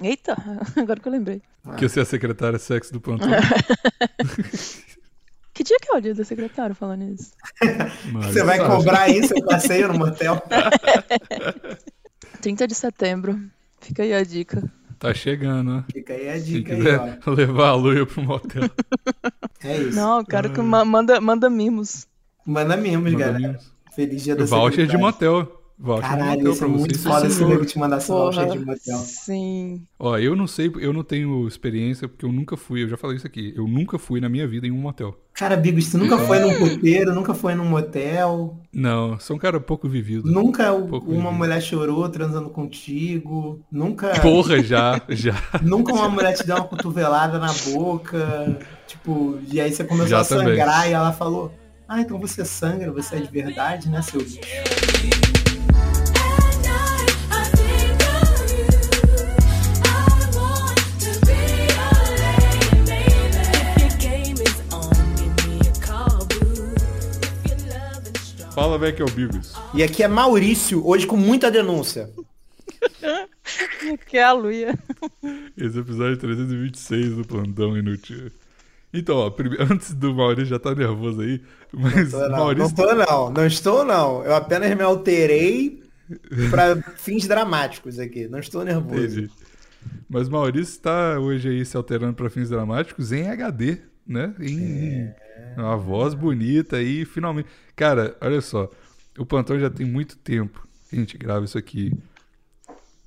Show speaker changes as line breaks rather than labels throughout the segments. Eita, agora que eu lembrei.
Que você é a secretária sexo do plantão.
Que dia que é o dia do secretário falando isso?
Mas- é tá,
Você vai cobrar aí seu passeio no motel?
30 de setembro. Fica aí a dica.
Tá chegando, né?
Fica aí a
Se
dica aí, ó.
quiser levar a Luia pro motel.
É isso.
Não, o cara que ma- manda, manda mimos.
Manda mimos,
Manda
galera.
mimos.
Feliz dia da
Voucher de
secretária.
motel. Voucher de
Caralho,
motel
isso
pra
é
você.
muito
Isso
foda
é
esse
seguro.
nego te mandar esse voucher de
Porra.
motel.
Sim.
Ó, eu não sei, eu não tenho experiência, porque eu nunca fui, eu já falei isso aqui, eu nunca fui na minha vida em um motel.
Cara, Bigos, tu nunca foi num puteiro, nunca foi num motel,
Não, sou um cara pouco vivido.
nunca
Um Pouco
uma
mesmo.
mulher chorou transando contigo, nunca,
Porra, já, já,
nunca uma mulher te deu uma cotovelada na boca, tipo, e aí você começou
Já
a
também.
sangrar e ela falou, ah, então você sangra, você é de verdade, né, seu bicho?
At night, I think of you. I want to be your lady, If your game is on, give me a call, boo. If your love is strong.
fala velho que é o Bigos.
E aqui é Maurício, hoje com muita denúncia.
Que é a Luia.
Esse é episódio 326 do Plantão Inútil. Então, ó, prime- antes do Maurício já tá nervoso aí, mas
é
Tô, não,
Maurício...
não tô não, não estou não. Eu apenas me alterei pra fins dramáticos aqui. Não estou nervoso.
Entendi. Mas Maurício está hoje aí se alterando para fins dramáticos em HD, né? Em
É.
uma voz bonita aí, finalmente. Cara, olha só, o Plantão já tem muito tempo que a gente grava isso aqui.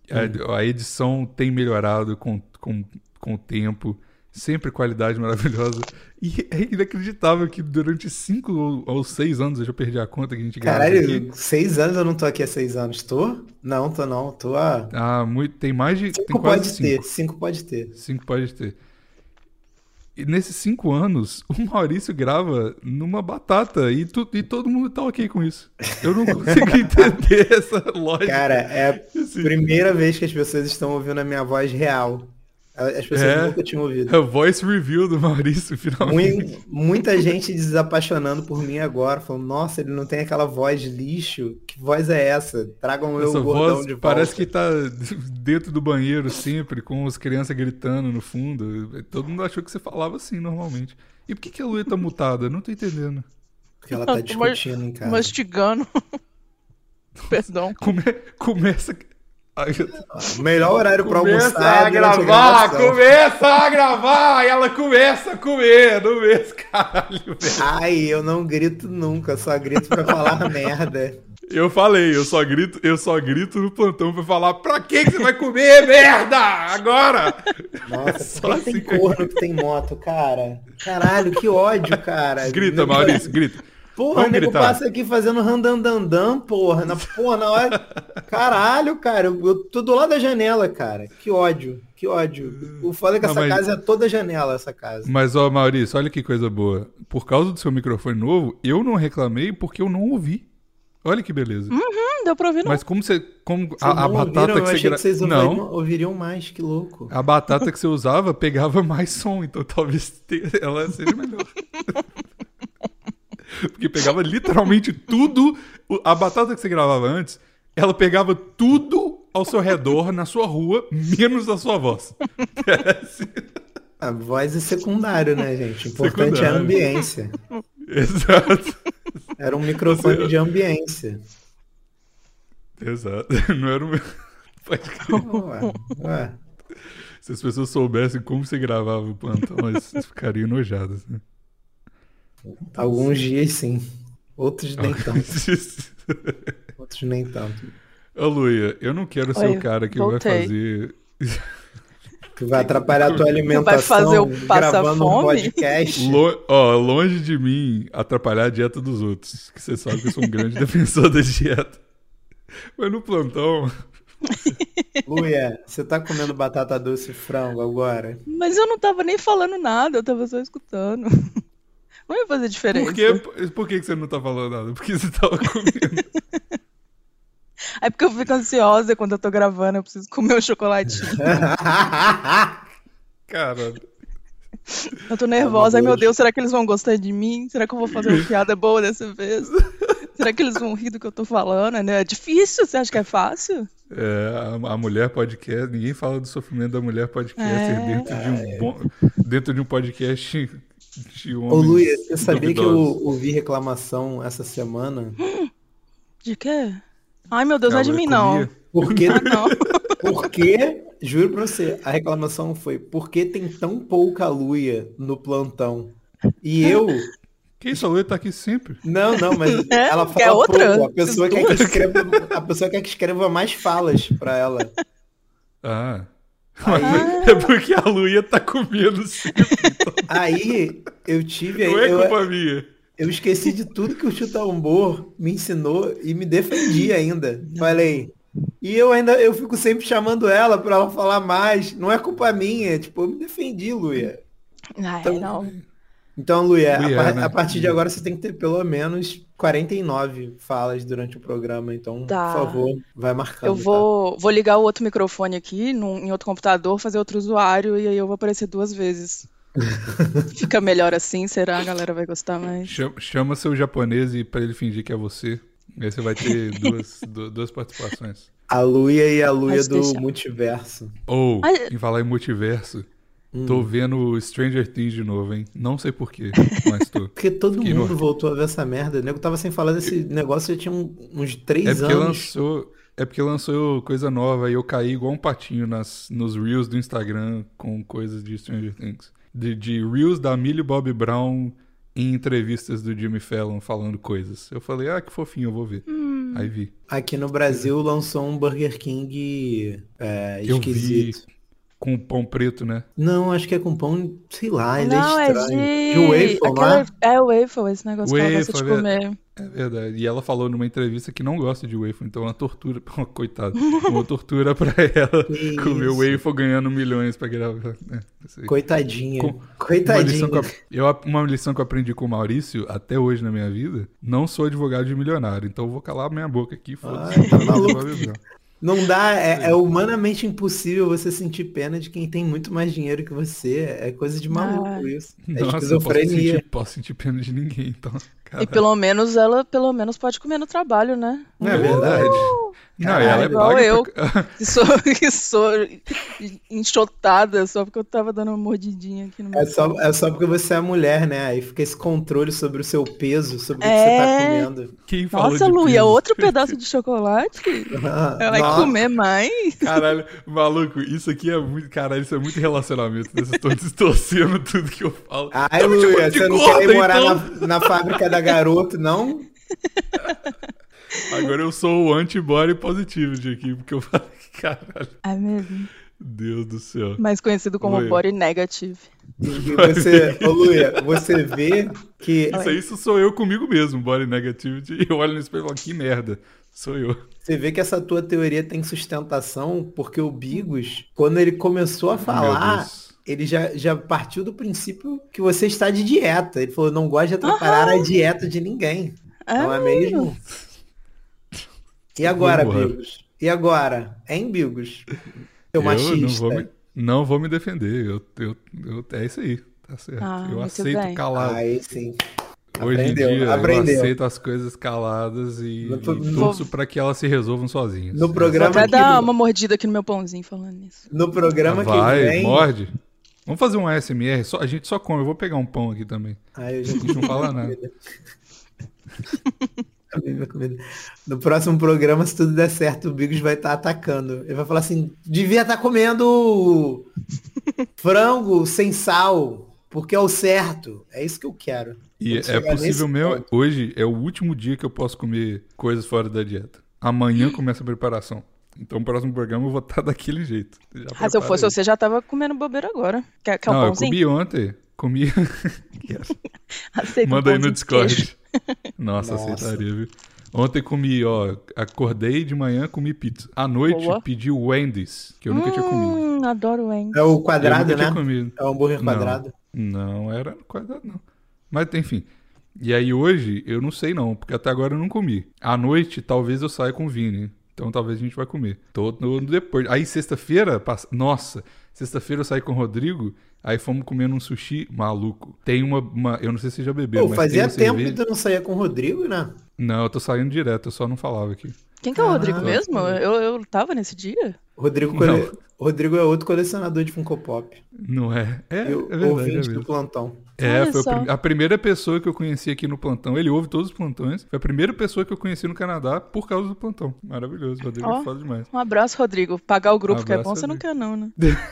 A, a edição tem melhorado com, com, com o tempo, sempre qualidade maravilhosa. E é inacreditável que durante cinco ou, ou seis anos, eu já perdi a conta que a gente grava isso aqui.
Caralho, seis anos eu não tô aqui há seis anos. Tô? Não, tô não. Tô há.
Ah, muito, tem mais de. tem
Cinco
quase
pode
cinco.
ter, cinco pode ter.
Cinco pode ter. E nesses cinco anos, o Maurício grava numa batata e, tu, e todo mundo tá ok com isso. Eu não consigo entender essa lógica. Assim,
Cara, é a
Esse-
primeira vez que as pessoas estão ouvindo a minha voz real. As pessoas
É.
nunca tinham ouvido.
A voice review do Maurício, finalmente.
Mui- Muita gente desapaixonando por mim agora, falando, nossa, ele não tem aquela voz lixo. Que voz é essa? Tragam o meu
Essa
gordão
voz
um de volta.
parece que tá dentro do banheiro sempre, com as crianças gritando no fundo. Todo mundo achou que você falava assim normalmente. E por que, que a Luia tá mutada? Eu Não tô entendendo.
Porque ela tá
Eu tô mas-
discutindo em casa.
Mastigando. Perdão.
Come- começa. Ai, eu tô-
Melhor horário pra
Começa
almoçar.
a
é durante
gravar,
gravação.
começa a gravar, e ela começa a comer no mês, caralho, velho.
Ai, eu não grito nunca, só grito pra falar merda.
Eu falei, eu só grito, eu só grito no plantão pra falar, pra que que você vai comer, merda, agora?
Nossa,
Só
por que tem
assim que-
corno que tem moto, cara? Caralho, que ódio, cara.
Grita, Maurício, grita.
Porra,
Vamos
o nego
gritar.
passa aqui fazendo randandandam, porra. Na, porra, na hora. Caralho, cara. Eu, eu tô do lado da janela, cara. Que ódio, que ódio. O foda é que
Não,
essa
mas-
casa é toda janela, essa casa.
Mas, ó, Maurício, olha que coisa boa. Por causa do seu microfone novo, eu não reclamei porque eu não ouvi. Olha que beleza.
Não Hum, deu pra ouvir, não.
Mas como você, como
Vocês
a, a
Hum? não
batata
ouviram? eu
que você
achei
gra-
que vocês
não,
ouviriam, ouviriam mais, que louco.
a batata que você usava pegava mais som, então talvez te- ela seja melhor. Porque pegava literalmente tudo. o- A batata que você gravava antes, ela pegava tudo ao seu redor, na sua rua, menos a sua voz. Parece-
A voz é secundário, né, gente? O importante é
Secundário.
a ambiência.
Exato.
Era um microfone de ambiência.
Exato. Não era o meu. Pode crer.
Ué, ué.
Se as pessoas soubessem como você gravava o plantão, elas ficariam enojadas. Né?
Alguns dias sim. Outros nem tanto. Outros nem tanto.
Ô, Luia, eu não quero ser
Oi,
o cara que vai
voltei.
fazer
Que vai atrapalhar a tua alimentação
Vai fazer eu passar
gravando um
fome?
podcast.
Lo- ó, longe de mim atrapalhar a dieta dos outros. Que você sabe que eu sou um grande defensor da dieta. Mas no plantão.
Luia, você tá comendo batata doce e frango agora?
Mas eu não tava nem falando nada, eu tava só escutando. Não ia fazer diferença.
Por,
é.
que, por que que você não tá falando nada? Porque você tava comendo.
É porque eu fico ansiosa quando eu tô gravando, eu preciso comer um chocolatinho.
Cara,
Eu tô nervosa,
É
ai
uma
meu
boa.
Deus, será que eles vão gostar de mim? Será que eu vou fazer uma piada boa dessa vez? Será que eles vão rir do que eu tô falando? né? É difícil, você acha que é fácil?
É, a, a mulher podcast, ninguém fala do sofrimento da mulher podcaster
É.
dentro de um bom, dentro de um podcast de homens.
Ô, Luiz, eu sabia que eu
duvidosos.
ouvi reclamação essa semana
De quê? Ai, meu Deus, não é de
Ela
mim, não.
comia.
porque
Ah, não.
Porque, juro pra você, a reclamação foi porque tem tão pouca aluia no plantão. E eu,
Quem falou ele tá aqui sempre?
não, não, mas
É,
ela
quer
fala
outra?
pouco. A pessoa, quer que escreva, a pessoa quer que escreva mais falas pra ela.
Ah. Mas
Ah.
é porque a Luia tá comendo sempre.
Aí eu tive,
Não é
eu,
culpa minha.
eu esqueci de tudo que o Chutambor me ensinou e me defendi ainda. Falei. E eu ainda, eu fico sempre chamando ela pra ela falar mais. Não é culpa minha. Tipo, eu me defendi, Luia.
Ai,
Então-
não.
Então, Luia,
Luia,
a, par-
né?
a partir de agora você tem que ter pelo menos 49 falas durante o programa. Então,
Tá.
por favor, vai marcando. tá?
Eu vou, vou ligar o outro microfone aqui, num- em outro computador, fazer outro usuário e aí eu vou aparecer duas vezes. Fica melhor assim, será? A galera vai gostar mais.
Chama, chama seu japonês e pra ele fingir que é você. Aí você vai ter duas, du- duas participações.
Tá? A Luia e a Luia
Pode
do
deixar.
multiverso. Hum.
Ou,
Ai-
em falar em multiverso, tô vendo Stranger Things de novo, hein? Não sei porquê, mas tô.
Porque todo
Que
mundo
nojo.
voltou a ver essa merda. O nego tava sem falar desse negócio já tinha um- uns
É
3
porque
anos.
lançou. É porque lançou coisa nova e eu caí igual um patinho nas, nos Reels do Instagram com coisas de Stranger Things. De, de Reels da Millie Bob Brown em entrevistas do Jimmy Fallon falando coisas. Eu falei, ah, que fofinho, eu vou ver. Aí vi.
Aqui no Brasil lançou um Burger King é,
Eu
esquisito.
Com o pão preto, né?
Não, acho que é com pão, sei lá, ele
Não,
é
é
estranho.
de.
De waffle lá?
Aquela- É o waffle, esse negócio que ela gosta de
né?
Waffle,
comer.
É verdade. E ela falou numa entrevista que não gosta de waffle, então é uma tortura. Coitada. Uma tortura pra ela
Que
comer
isso.
waffle ganhando milhões pra gravar. É, isso aí.
Coitadinha.
Com- Uma lição,
Coitadinha.
que eu, eu- uma lição que eu aprendi com o Maurício até hoje na minha vida, não sou advogado de milionário, então eu vou calar minha boca aqui. foda-se,
Ah, tá
eu não vou
maluco.
avisar.
Não dá, é, é humanamente impossível você sentir pena de quem tem muito mais dinheiro que você. É coisa de maluco
Ah.
isso. É
Nossa, eu posso
esquizofrenia.
sentir, posso sentir pena de ninguém, então.
E
caralho.
pelo menos ela, pelo menos pode comer no trabalho, né?
Não é verdade. Não, e ela é
Caralho, igual
paga
eu.
pra-
Que sou, que sou enxotada só porque eu tava dando uma mordidinha aqui no meu.
É só, é só porque você é mulher, né? Aí fica esse controle sobre o seu peso, sobre o que
É.
você tá comendo.
Quem falou
Nossa,
de
Luia,
peso?
outro pedaço de chocolate? Ela vai
Nossa.
comer mais?
Caralho, maluco, isso aqui é muito. Caralho, isso é muito relacionamento. né? Vocês estão distorcendo tudo que eu falo.
Ai,
Eu me chamo
Luia,
de
você não
gorda,
quer ir morar
então.
na, na fábrica da garoto, não?
Agora eu sou o antibody positivo de aqui, porque eu falei, caralho,
É mesmo.
Deus do céu.
Mais conhecido como
Luia.
body negative.
E você, ô Luia, você vê que
Isso, aí, isso sou eu comigo mesmo, body negativity. Eu olho no espelho e falo, que merda, sou eu.
Você vê que essa tua teoria tem sustentação porque o Bigos, quando ele começou a
Meu
falar,
Deus.
ele já, já partiu do princípio que você está de dieta. Ele falou, não gosto de atrapalhar a dieta de ninguém.
É,
não é mesmo? E agora,
Vambora.
Bigos? E agora? Hein, Bigos? Seu
eu
machista.
Não vou, me, não vou me defender. Eu, eu, eu- é isso aí. Tá certo.
Ah,
eu
muito
aceito
bem.
calado.
Aí sim.
Hoje em
aprendeu,
dia
aprendeu.
eu aceito as coisas caladas e,
No pro-
e torço pra que elas se resolvam sozinhas. É
No
Vou
programa
até
que,
dar uma mordida aqui no meu pãozinho falando nisso.
no programa que
Vai,
vem.
morde. Vamos fazer um ASMR? Só, a gente só come. Eu vou pegar um pão aqui também.
Ai, eu
A
já
gente não fala nada.
Acabei minha comida. No próximo programa, se tudo der certo, o Bigos vai estar atacando. Ele vai falar assim, devia estar comendo frango sem sal, porque é o certo. É isso que eu quero.
E
Quando
é
chegar
possível
nesse
meu.
ponto.
Hoje é o último dia que eu posso comer coisas fora da dieta. Amanhã começa a preparação. Então, o próximo programa eu vou estar daquele jeito.
Ah, se
Já
eu
prepara
fosse
aí.
você, já tava comendo bobeira agora. Quer, quer um
Não, eu
pãozinho?
comi ontem. Comi.
Aceita um
Manda aí
pãozinho
no
de queijo.
Discord. Nossa,
Nossa.
aceitaria, viu? Ontem comi, ó. Acordei de manhã, comi pizza. À noite,
Boa.
pedi Wendy's, que eu nunca tinha comido.
Hum, adoro, hein?
É o
eu
quadrado,
nunca tinha
né?
comido.
É o hambúrguer
Não.
quadrado.
Não era quadrado, não. Mas enfim. E aí hoje, eu não sei não, porque até agora eu não comi. À noite, talvez eu saia com o Vini. Então talvez a gente vai comer. Tô no, no depois. Aí sexta-feira, passa... nossa, Sexta-feira eu saí com o Rodrigo, aí fomos comendo um sushi maluco. Tem uma. uma- eu não sei se você já bebeu,
Pô,
mas tem um
fazia
uma
tempo que
cerveja-
tu não saía com o Rodrigo, né?
Não, eu tô saindo direto, eu só não falava aqui.
Quem
Ah,
que é o Rodrigo
Caraca.
mesmo? Eu, eu tava nesse dia?
Rodrigo,
Não.
cole- Rodrigo é outro colecionador de Funko Pop.
Não é? É,
E o
é verdade. É,
ouvinte do
mesmo.
plantão.
É,
Olha
foi a
só.
prim- a primeira pessoa que eu conheci aqui no plantão. Ele ouve todos os plantões. Foi a primeira pessoa que eu conheci no Canadá por causa do plantão. Maravilhoso, Rodrigo
Ó.
é foda demais.
Um abraço, Rodrigo. Pagar o grupo
Um
que é
abraço,
bom, você não
Rodrigo.
quer, não, né?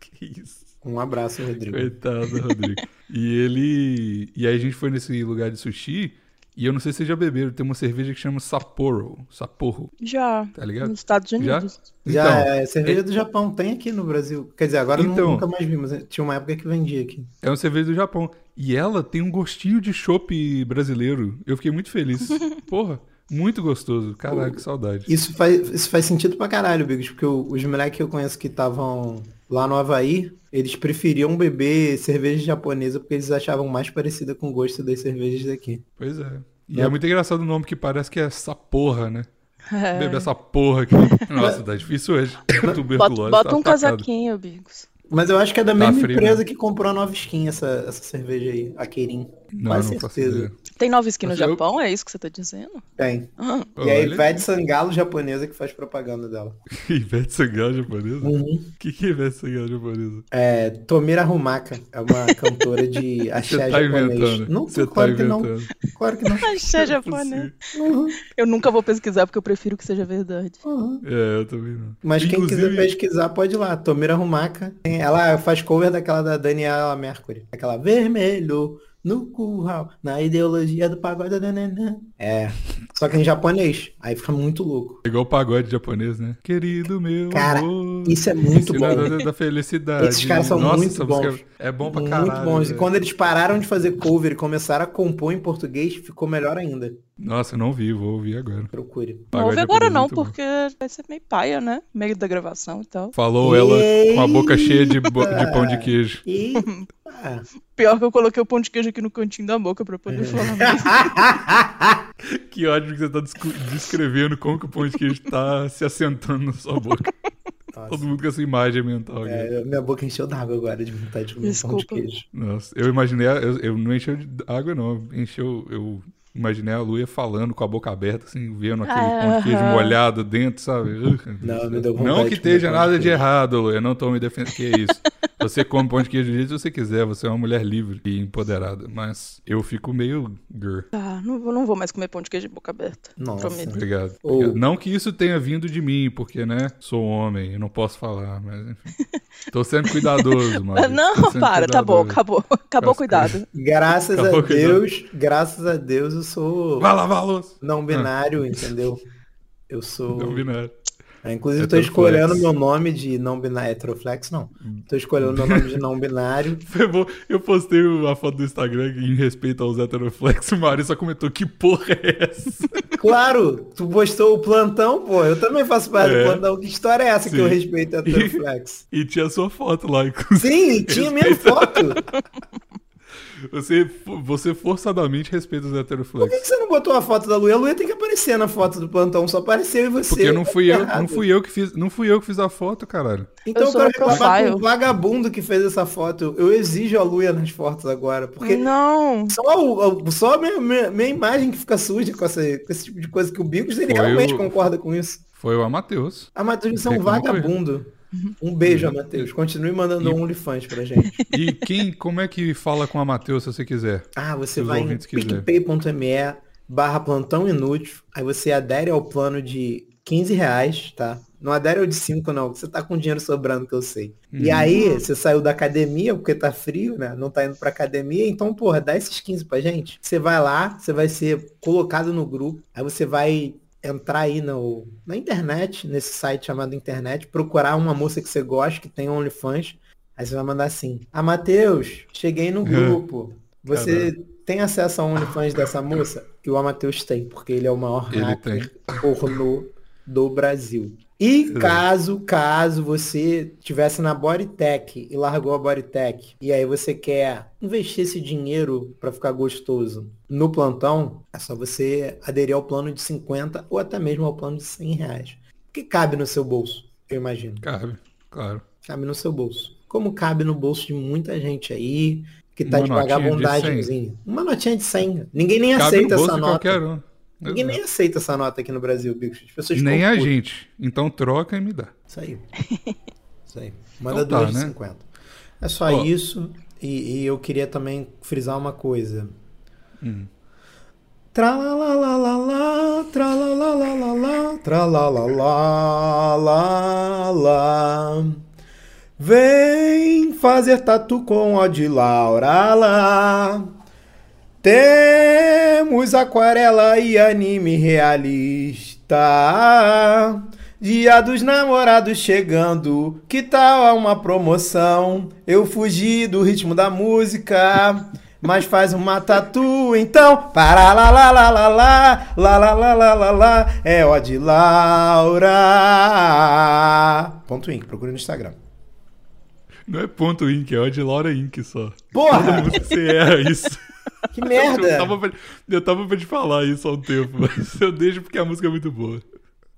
Que isso.
Um abraço, Rodrigo.
Coitado, do Rodrigo. e ele. E aí a gente foi nesse lugar de sushi. E eu não sei se vocês já beberam, tem uma cerveja que chama Sapporo. Sapporo,
Já.
tá ligado?
Nos Estados
Já?
Unidos.
Já
Então,
é cerveja do Japão, tem aqui no Brasil. Quer dizer, agora
Então.
não, nunca mais vimos. Tinha uma época que vendia aqui.
é uma cerveja do Japão. E ela tem um gostinho de chopp brasileiro. Eu fiquei muito feliz. Porra, muito gostoso. Caralho, que saudade.
Isso faz, isso faz sentido pra caralho, Bigos, porque o- os moleques que eu conheço que estavam lá no Havaí, eles preferiam beber cerveja japonesa porque eles achavam mais parecida com o gosto das cervejas daqui.
Pois é. E
Né?
é muito engraçado o nome que parece que é essa porra, né?
É.
Beber essa porra aqui. Nossa, tá difícil hoje.
Bota,
Tuberculose.
bota
tá
um
atacado.
casaquinho, Bigos.
Mas eu acho que é da
Tá
mesma
frio,
empresa que comprou a nova skin, essa, essa cerveja aí, a Kirin.
Não,
Quase
não faço
certeza.
ideia.
Tem nova skin no
Mas eu-
Japão? É isso que você tá dizendo?
Tem.
Ah,
E aí,
Olha.
Ivete Sangalo japonesa que faz propaganda dela.
Ivete Sangalo é japonesa?
Uhum.
O que, que é Ivete Sangalo japonesa?
É, Tomira Rumaka é uma cantora de
Você
axé
tá
japonês.
inventando.
Não,
Você tá
claro que não.
inventando.
Claro que não.
Axé
Não é
japonês.
possível.
Uhum,
Eu nunca vou pesquisar porque eu prefiro que seja verdade.
uhum.
É, eu também não.
Mas quem
Inclusive,
quiser pesquisar, pode ir lá. Tomira Rumaka. Ela faz cover daquela da Daniela Mercury. Aquela vermelho no curral, na ideologia do pagode. nananã. É. Só que em japonês. Aí fica muito louco.
É igual o pagode japonês, né? Querido meu
Cara,
amor.
Isso é muito bom.
ensinador da felicidade.
Esses caras são
Nossa,
muito
essa música
bons.
É bom pra caralho.
Muito bons. E
velho.
quando eles pararam de fazer cover e começaram a compor em português, ficou melhor ainda.
Nossa, eu não vi, vou ouvir agora.
Procure.
Não
Pagode
ouve agora
japonês é
não,
muito bom.
porque vai ser meio paia, né? Meio da gravação e tal.
Falou ela com a boca cheia de, bo- de pão de queijo.
E. Ah.
Pior que eu coloquei o pão de queijo aqui no cantinho da boca pra poder falar. mesmo.
Que ódio que você tá descu- descrevendo como que o pão de queijo tá se assentando na sua boca. Todo
Nossa.
mundo com essa imagem mental. aqui.
Tá assim. É, minha boca encheu d'água agora de vontade de comer um pão de
Desculpa.
queijo.
Nossa, eu imaginei, a- eu, eu não encheu de água não, encheu, eu imaginei a Luia falando com a boca aberta, assim, vendo aquele
Ah,
pão de queijo
aham.
molhado dentro, sabe? Ugh.
Não, me deu vontade
Não que
de comer
esteja
pão de
nada de
queijo.
errado, Luia, não tô me defendendo, que é isso. Você come pão de queijo do jeito que você quiser, você é uma mulher livre e empoderada, mas eu fico meio girl.
Ah, não, vou- não vou mais comer pão de queijo de boca aberta.
Nossa.
Prometo.
Obrigado.
Ou-
Obrigado. Não que isso tenha vindo de mim, porque, né, sou homem, eu não posso falar, mas enfim. Tô sendo cuidadoso, mano.
não, para, tá bom, acabou. Acabou,
Casca-
cuidado.
Graças
Acabou
a
que não.
Deus, graças a Deus eu sou
Tá Vai lavar a louça.
não binário, entendeu? Eu sou.
Não vi nada.
É, inclusive, eu tô
Heteroflex. Hum.
escolhendo meu nome de não binário. Heteroflex, não. Tô escolhendo meu nome de não binário.
Foi bom. Eu postei uma foto do Instagram em respeito aos heteroflex. O Mário só comentou: que porra é essa?
Claro, tu postou o plantão, pô. Eu também faço parte
É.
do plantão. Que história é essa
Sim.
que eu respeito heteroflex?
E tinha a sua foto lá, inclusive.
Sim, e tinha minha foto. Por
Você, fo- você forçadamente respeita os
que,
heteroflex.
assim?
que você não botou a foto da Luia? A Luia tem que aparecer na foto do plantão, só apareceu e você.
Porque não fui eu, não
Errado.
fui eu que fiz, não fui eu que fiz a foto, caralho.
Então
Eu
eu,
sou
quero
no
reclamar
profile.
com o vagabundo que fez essa foto. Eu exijo a Luia nas fotos agora,
Hum.
porque
Não.
só, o- o- só a minha, minha- minha imagem que fica suja com, essa- com esse tipo de coisa, que o Bigos ele
Foi
realmente
o-
concorda com isso.
Foi o Amateus.
A Matheus é
Tem
um
como correr.
vagabundo. Um beijo, Matheus. Continue mandando
Hum.
um
E-
OnlyFans pra gente.
E quem, como é que fala com o Amateus se você quiser?
Ah, você
Se os
vai em
ouvintes quiserem.
picpay.me barra plantão inútil. Aí você adere ao plano de 15 reais, tá? Não adere ao de 5, não. que Você tá com dinheiro sobrando, que eu sei. E aí, você saiu da academia, porque tá frio, né? Não tá indo pra academia. Então, porra, dá esses 15 pra gente. Você vai lá, você vai ser colocado no grupo. Aí você vai entrar aí no, na internet, nesse site chamado internet, procurar uma moça que você gosta, que tem OnlyFans. Aí você vai mandar assim, ah, Matheus, cheguei no grupo. Você tem acesso ao OnlyFans dessa moça? E o Amateus tem, porque ele é o maior
Ele
hacker pornô do Brasil. E
Exato.
caso, caso você tivesse na Bodytech e largou a Bodytech, e aí você quer investir esse dinheiro para ficar gostoso no plantão, é só você aderir ao plano de 50 ou até mesmo ao plano de 100 reais. Que cabe no seu bolso, eu imagino.
Cabe, claro.
Cabe no seu bolso. Como cabe no bolso de muita gente aí que tá
Uma
de
notinha de
vagabundagemzinha. Uma notinha de 100. Ninguém nem
Cabe no
aceita
bolso
essa
de
nota.
qualquer um.
Ninguém nem aceita essa nota aqui no Brasil, Bigos. As pessoas
Nem
ficam
a
putas.
gente. Então troca e me dá.
Isso aí. Isso aí. Manda
Então tá,
duas de
né?
50. É só
Ó.
isso. E, e eu queria também frisar uma coisa.
Hum.
Tralalalala, tralalalala, tralalalala. Vem fazer tatu com ó de Laura lá. Temos aquarela e anime realista. Dia dos namorados chegando, que tal uma promoção? Eu fugi do ritmo da música, mas faz uma tatu então. Para lá lá lá lá lá, lá lá lá lá lá lá, é ó de Laura. Ponto Inc, procura no Instagram.
Não é ponto Inc, é o de Laura Inc só. Toda
Porra,
música você erra isso.
que
Eu
merda!
tava, pra, eu tava pra te falar isso há um tempo, mas eu deixo porque a música é muito boa.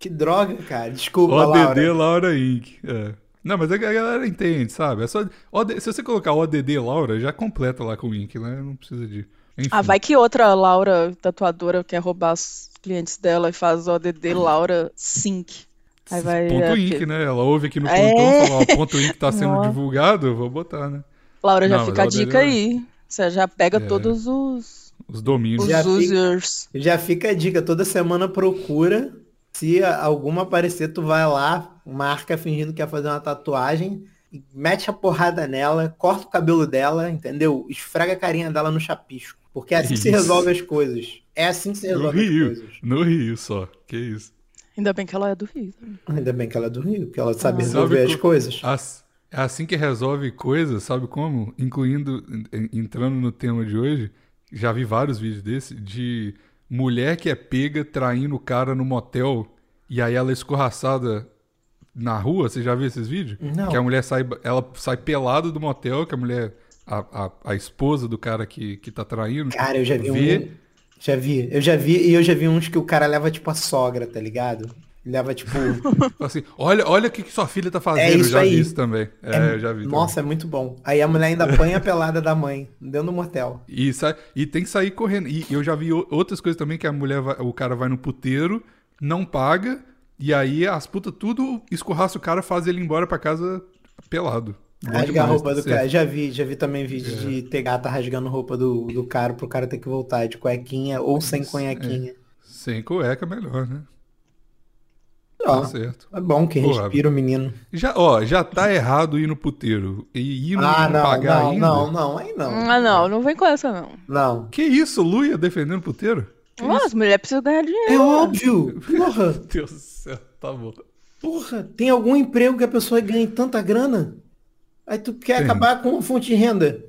Que droga, cara. Desculpa,
ODD
Laura.
Laura Inc. É. Não, mas a galera entende, sabe? É só, OD se você colocar ODD Laura, já completa lá com o Inc, né? Não precisa de. Enfim.
Ah, vai que outra Laura tatuadora quer roubar os clientes dela e faz o ODD Laura Sync. Aí vai.
Ponto
é,
Inc, né? Ela ouve aqui no
É.
plantão e fala, ó, o ponto Inc tá sendo
Nossa.
divulgado, eu vou botar, né?
Laura, já
Não, mas
fica a
o ODD
dica
é-
aí. Você já pega
É.
todos os,
Os domínios.
os
Já fica-
users.
Já fica a dica, toda semana procura. Se a- alguma aparecer, tu vai lá, marca fingindo que ia fazer uma tatuagem, e mete a porrada nela, corta o cabelo dela, entendeu? Esfrega a carinha dela no chapisco. Porque é assim que se
Isso.
resolve as coisas. É assim que se
No
resolve as
Rio.
coisas.
No Rio só. Que isso.
Ainda bem que ela é do Rio.
Ainda bem que ela é do Rio, que ela sabe
Ah.
resolver
Sabe
as
co-
coisas.
As- É assim que resolve coisas, sabe como? Incluindo, en- entrando no tema de hoje, já vi vários vídeos desse, de mulher que é pega traindo o cara no motel e aí ela é escorraçada na rua. Você já viu esses vídeos?
Não.
Que a mulher sai, ela sai pelada do motel, que a mulher, a, a- a esposa do cara que, que tá traindo.
Cara, eu já vi
vê-
um. Já vi. Eu já vi, e eu já vi uns que o cara leva tipo a sogra, tá ligado? Leva tipo.
Fala assim, olha, olha o que, que sua filha tá fazendo. eu
É isso
já
aí.
vi isso também. É, eu já vi. também.
Nossa, é muito bom. Aí a mulher ainda apanha a pelada da mãe, dentro do motel.
E, sai, e tem que sair correndo. E eu já vi o- outras coisas também que a mulher, vai- o cara vai no puteiro, não paga, e aí as putas tudo escorraça o cara, faz ele ir embora pra casa pelado. Bom
Rasga a
demais,
roupa
tá
do
certo. É.
cara. Já vi, já vi também vídeo de ter gata rasgando roupa do, do cara pro cara ter que voltar de cuequinha ou
é.
sem cuequinha.
Sem cueca é melhor, né? Tá
Ó,
certo.
é bom que
Porra.
respira o menino.
Já, ó, já tá errado ir no puteiro. E ir no
Ah, não,
pagar
não,
ainda.
não, não, aí não.
Ah, não, não vem com essa, não.
Não.
Que isso, Luia defendendo puteiro?
Nossa, as mulheres precisam ganhar dinheiro.
É óbvio! Porra,
Meu Deus do céu, tá bom.
porra, tem algum emprego que a pessoa ganhe tanta grana? Aí tu quer
Tem.
acabar com a fonte de renda.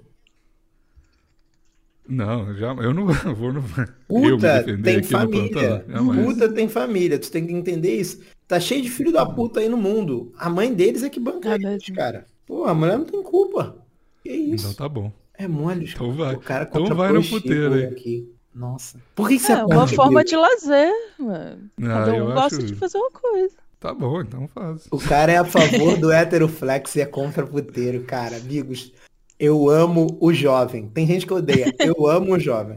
Não, já, eu não vou. Não, eu me
Puta
defender
tem
aqui no
família.
plantão. É, Jamais.
Puta tem família. Tu tem que entender isso. Tá cheio de filho da puta aí no mundo. A mãe deles é que banca
É
eles,
mesmo.
cara. Pô, a mulher não tem culpa. Que
Então
isso?
tá bom.
É mole.
Então
cara.
vai.
O cara
Então
contrapôs
vai no
Chico
puteiro aí.
aqui. Nossa. Por que que você
É uma
aponta,
forma
Diego?
de lazer. mano.
Ah,
Cada
eu
um gosta
acho-
de fazer uma coisa.
Tá bom, então faz.
O cara é a favor do heteroflex e é contra puteiro, cara. Amigos, eu amo o jovem. Tem gente que odeia. Eu amo o jovem.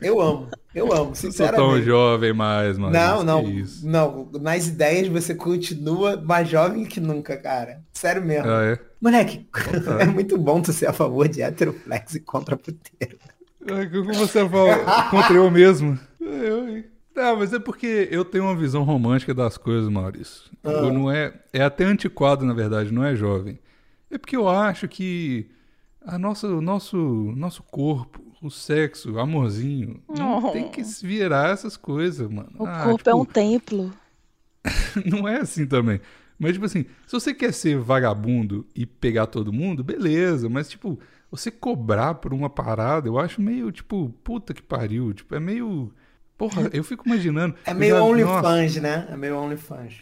Eu amo. Eu amo,
Não sou tão
sinceramente.
jovem mais, mano.
Não, não,
Que é isso.
não. Nas ideias você continua mais jovem que nunca, cara. Sério mesmo.
Ah, é?
Moleque, é muito bom tu ser a favor de heteroflex e contra puteiro.
É, Como você fala contra eu mesmo? É, Eu, hein? Não, mas é porque eu tenho uma visão romântica das coisas, Maurício.
Ah.
Eu não é, é até antiquado, na verdade, não é jovem. É porque eu acho que a nossa, o nosso, nosso corpo, o sexo, o amorzinho, não
Oh.
tem que se virar essas coisas, mano.
O
Ah,
corpo é
tipo,
um templo.
Não é assim também. Mas, tipo assim, se você quer ser vagabundo e pegar todo mundo, beleza. Mas, tipo, você cobrar por uma parada, eu acho meio, tipo, puta que pariu. Tipo, é meio. Porra, eu fico imaginando.
É
eu
meio
já- nossa,
OnlyFans, né? É meio OnlyFans.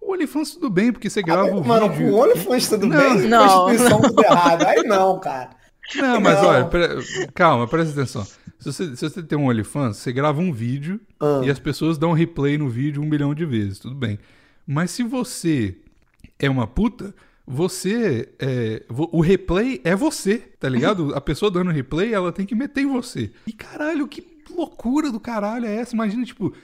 O OnlyFans tudo bem, porque você grava o
Ah, Mano,
um vídeo.
com o OnlyFans tudo
Não.
bem?
Não.
Constituição tudo errado. Aí não, cara.
Não, mas
Não.
olha, pera- calma, presta atenção. Se você, se você tem um OnlyFans, você grava um vídeo
Ah.
e as pessoas dão replay no vídeo um milhão de vezes, tudo bem. Mas se você é uma puta, você. é, vo- o replay é você, tá ligado? A pessoa dando replay, ela tem que meter em você. E caralho, que loucura do caralho é essa? Imagina, tipo,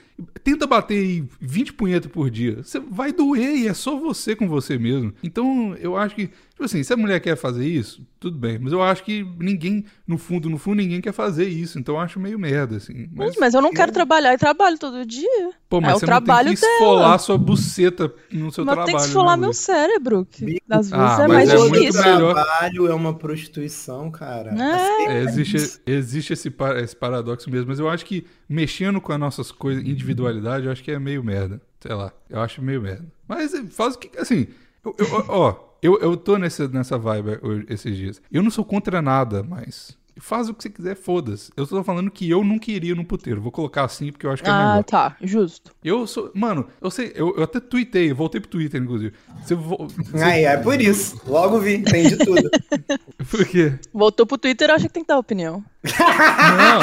tenta bater aí 20 punhetas por dia. Você vai doer e é só você com você mesmo. Então, eu acho que. Tipo assim, se a mulher quer fazer isso, tudo bem. Mas eu acho que ninguém, no fundo, no fundo, ninguém quer fazer isso. Então eu acho meio merda, assim.
Mas, eu não quero trabalhar e trabalho todo dia.
Pô, mas
É o
você não tem que
trabalho dela.
esfolar sua buceta no seu
mas eu
trabalho.
tenho que esfolar
né,
meu
Luiz?
cérebro, que às vezes
Ah,
é
mas
mais
é muito
difícil.
melhor.
trabalho é uma prostituição, cara.
É.
Assim,
É, existe existe esse, par- esse paradoxo mesmo, mas eu acho que mexendo com as nossas coisas, individualidade, eu acho que é meio merda. Sei lá, eu acho meio merda. Mas é, faz o que. Assim, eu, eu- ó, ó, eu, eu tô nessa, nessa vibe hoje- esses dias. Eu não sou contra nada, mas. Faz o que você quiser, foda-se. Eu só tô falando que eu nunca iria no puteiro. Vou colocar assim porque eu acho que é melhor.
Ah, tá, justo.
Eu sou. Mano, eu sei, eu, eu até tuitei, eu voltei pro Twitter, inclusive. Você vo... você-
Aí, é por isso. Logo vi, entendi tudo.
Por quê?
Voltou pro Twitter, acho que tem que dar opinião.
Não.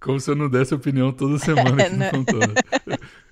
Como se eu não desse opinião toda semana
É,
aqui
né?
no Contando.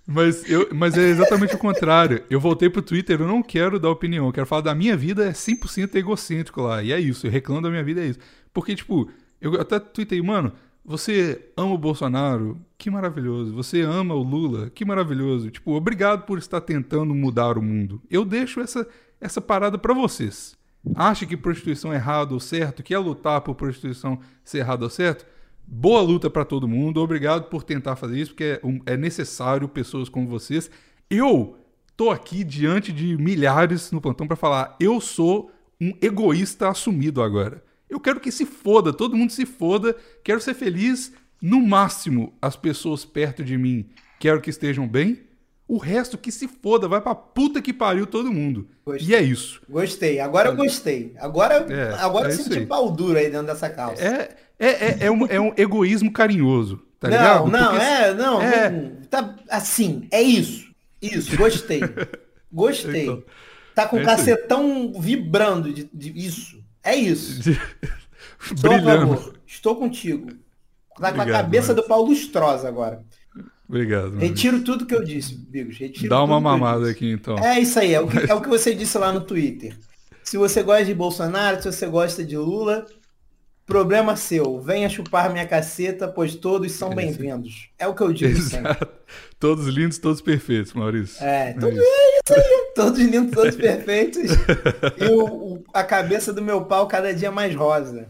Mas, eu, mas é exatamente o contrário. Eu voltei pro Twitter, eu não quero dar opinião. Eu quero falar da minha vida, é 100% egocêntrico lá. E é isso, eu reclamo da minha vida, é isso. Porque, tipo, eu até tuitei, mano, você ama o Bolsonaro? Que maravilhoso. Você ama o Lula? Que maravilhoso. Tipo, obrigado por estar tentando mudar o mundo. Eu deixo essa, essa parada pra vocês. Acha que prostituição é errado ou certo? Quer lutar por prostituição ser errado ou certo? Boa luta pra todo mundo. Obrigado por tentar fazer isso, porque é, um- é necessário pessoas como vocês. Eu tô aqui diante de milhares no plantão pra falar, eu sou um egoísta assumido agora. Eu quero que se foda, todo mundo se foda. Quero ser feliz no máximo as pessoas perto de mim. Quero que estejam bem. O resto que se foda, vai pra puta que pariu todo mundo.
Gostei.
E é isso.
Gostei, agora eu gostei. Agora,
Tá. É,
agora eu
é isso
senti
aí.
pau duro aí dentro dessa calça.
É, é, é, é um, é um egoísmo carinhoso, tá
não,
ligado?
não,
Porque-
é, não,
é.
não, Tá assim, é isso. Isso, gostei. Gostei.
Então,
tá com
é
o
isso aí.
cacetão vibrando de, de isso. É isso. Estou a
Brilhando.
favor. Estou contigo. Tá com a
Obrigado,
cabeça
mano.
do pau lustrosa agora.
Obrigado. meu amigo.
Retiro tudo que eu disse, Bigos. Retiro
Dá uma
tudo que eu
mamada
disse.
aqui então.
É isso aí, é o, que, é o que você disse lá no Twitter. Se você gosta de Bolsonaro, se você gosta de Lula, problema seu. Venha chupar minha caceta, pois todos são
Esse-
bem-vindos. É o que eu digo sempre.
Exato. Todos lindos, todos perfeitos, Maurício.
É, então
isso.
todos lindos, todos perfeitos. E o- o- a cabeça do meu pau cada dia mais rosa.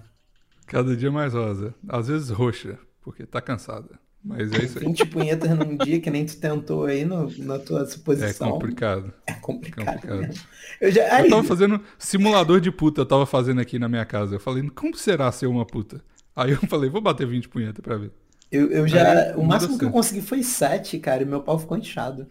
Cada dia é mais rosa. Às vezes roxa, porque tá cansada. Mas é isso aí.
20 punhetas num dia, que nem tu tentou aí no- na tua
É
suposição.
complicado.
É complicado.
complicado.
Eu já.
Eu
Aí,
tava fazendo simulador de puta, eu tava fazendo aqui na minha casa. Eu falei, como será ser uma puta? Aí eu falei, vou bater 20 punheta pra ver.
eu, eu já.
Aí,
o máximo
manda
que eu
ser.
consegui foi 7, cara, e meu pau ficou inchado.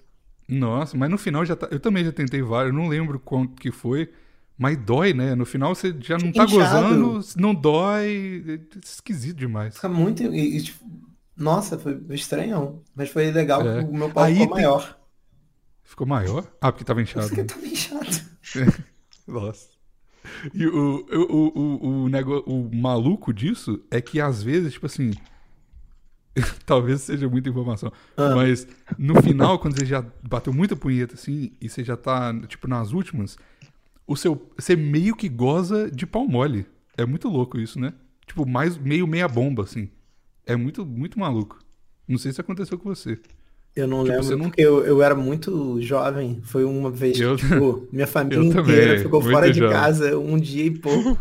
Nossa, mas no final já tá. Eu também já tentei vários, eu não lembro quanto que foi. Mas dói, né? No final você já não tá
Inchado.
gozando, não dói. É esquisito demais.
Fica muito. e- e, tipo, nossa, foi estranhão. Mas foi legal
É.
que o meu pau
Aí
ficou
tem-
maior.
Ficou maior? Ah, porque tava
Por
inchado.
isso que eu tava inchado.
Nossa. E o, o, o, o, o, nego- o maluco disso é que às vezes, tipo assim. Talvez seja muita informação.
Ah.
Mas no final, quando você já bateu muita punheta assim, e você já tá, tipo, nas últimas, o seu. Você meio que goza de pau mole. É muito louco isso, né? Tipo, mais meio meia bomba, assim. É muito, muito maluco. Não sei se aconteceu com você.
Eu não
Tipo, você
lembro,
não-
porque eu, eu era muito jovem. Foi uma vez que,
Eu-
tipo, minha família
Eu também,
inteira ficou
muito
fora de
jovem.
casa um dia e pouco.